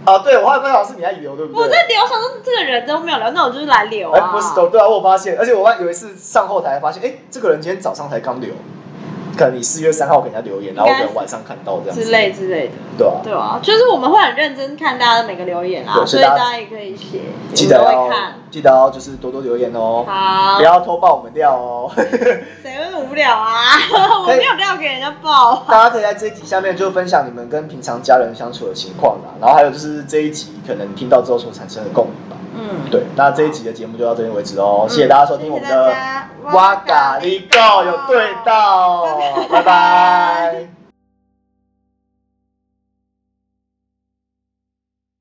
[SPEAKER 2] 啊，对，我还有分享是你在留，对不对？
[SPEAKER 1] 我在留，我想说这个人都没有留，那我就是来留
[SPEAKER 2] 哎、
[SPEAKER 1] 啊。
[SPEAKER 2] 不是都对啊，我有发现，而且我有一次上后台发现，哎、这个人今天早上才刚留，可能你四月三号给人家留言，然后我可能晚上看到这样
[SPEAKER 1] 之
[SPEAKER 2] 子，
[SPEAKER 1] 类之类的，
[SPEAKER 2] 对啊，
[SPEAKER 1] 对啊，就是我们会很认真看大家的每个留言啊，
[SPEAKER 2] 对
[SPEAKER 1] 所
[SPEAKER 2] 所
[SPEAKER 1] 以
[SPEAKER 2] 以
[SPEAKER 1] 大
[SPEAKER 2] 大家
[SPEAKER 1] 家也可以写，
[SPEAKER 2] 记
[SPEAKER 1] 我
[SPEAKER 2] 得
[SPEAKER 1] 们都
[SPEAKER 2] 要
[SPEAKER 1] 会看。
[SPEAKER 2] 记得要就是多多留言哦，
[SPEAKER 1] 好
[SPEAKER 2] 不，要偷爆我们料哦。
[SPEAKER 1] 谁会无聊啊？ 我没有料给人家报。
[SPEAKER 2] 大家可以在这一集下面就分享你们跟平常家人相处的情况啦，然后还有就是这一集可能听到之后所产生的共鸣吧。
[SPEAKER 1] 嗯，
[SPEAKER 2] 对，那这一集的节目就到这边为止哦，
[SPEAKER 1] 嗯
[SPEAKER 2] 谢谢大家收听我们
[SPEAKER 1] 谢谢
[SPEAKER 2] 的
[SPEAKER 1] 大家
[SPEAKER 2] 哇咖喱告有对到，拜拜。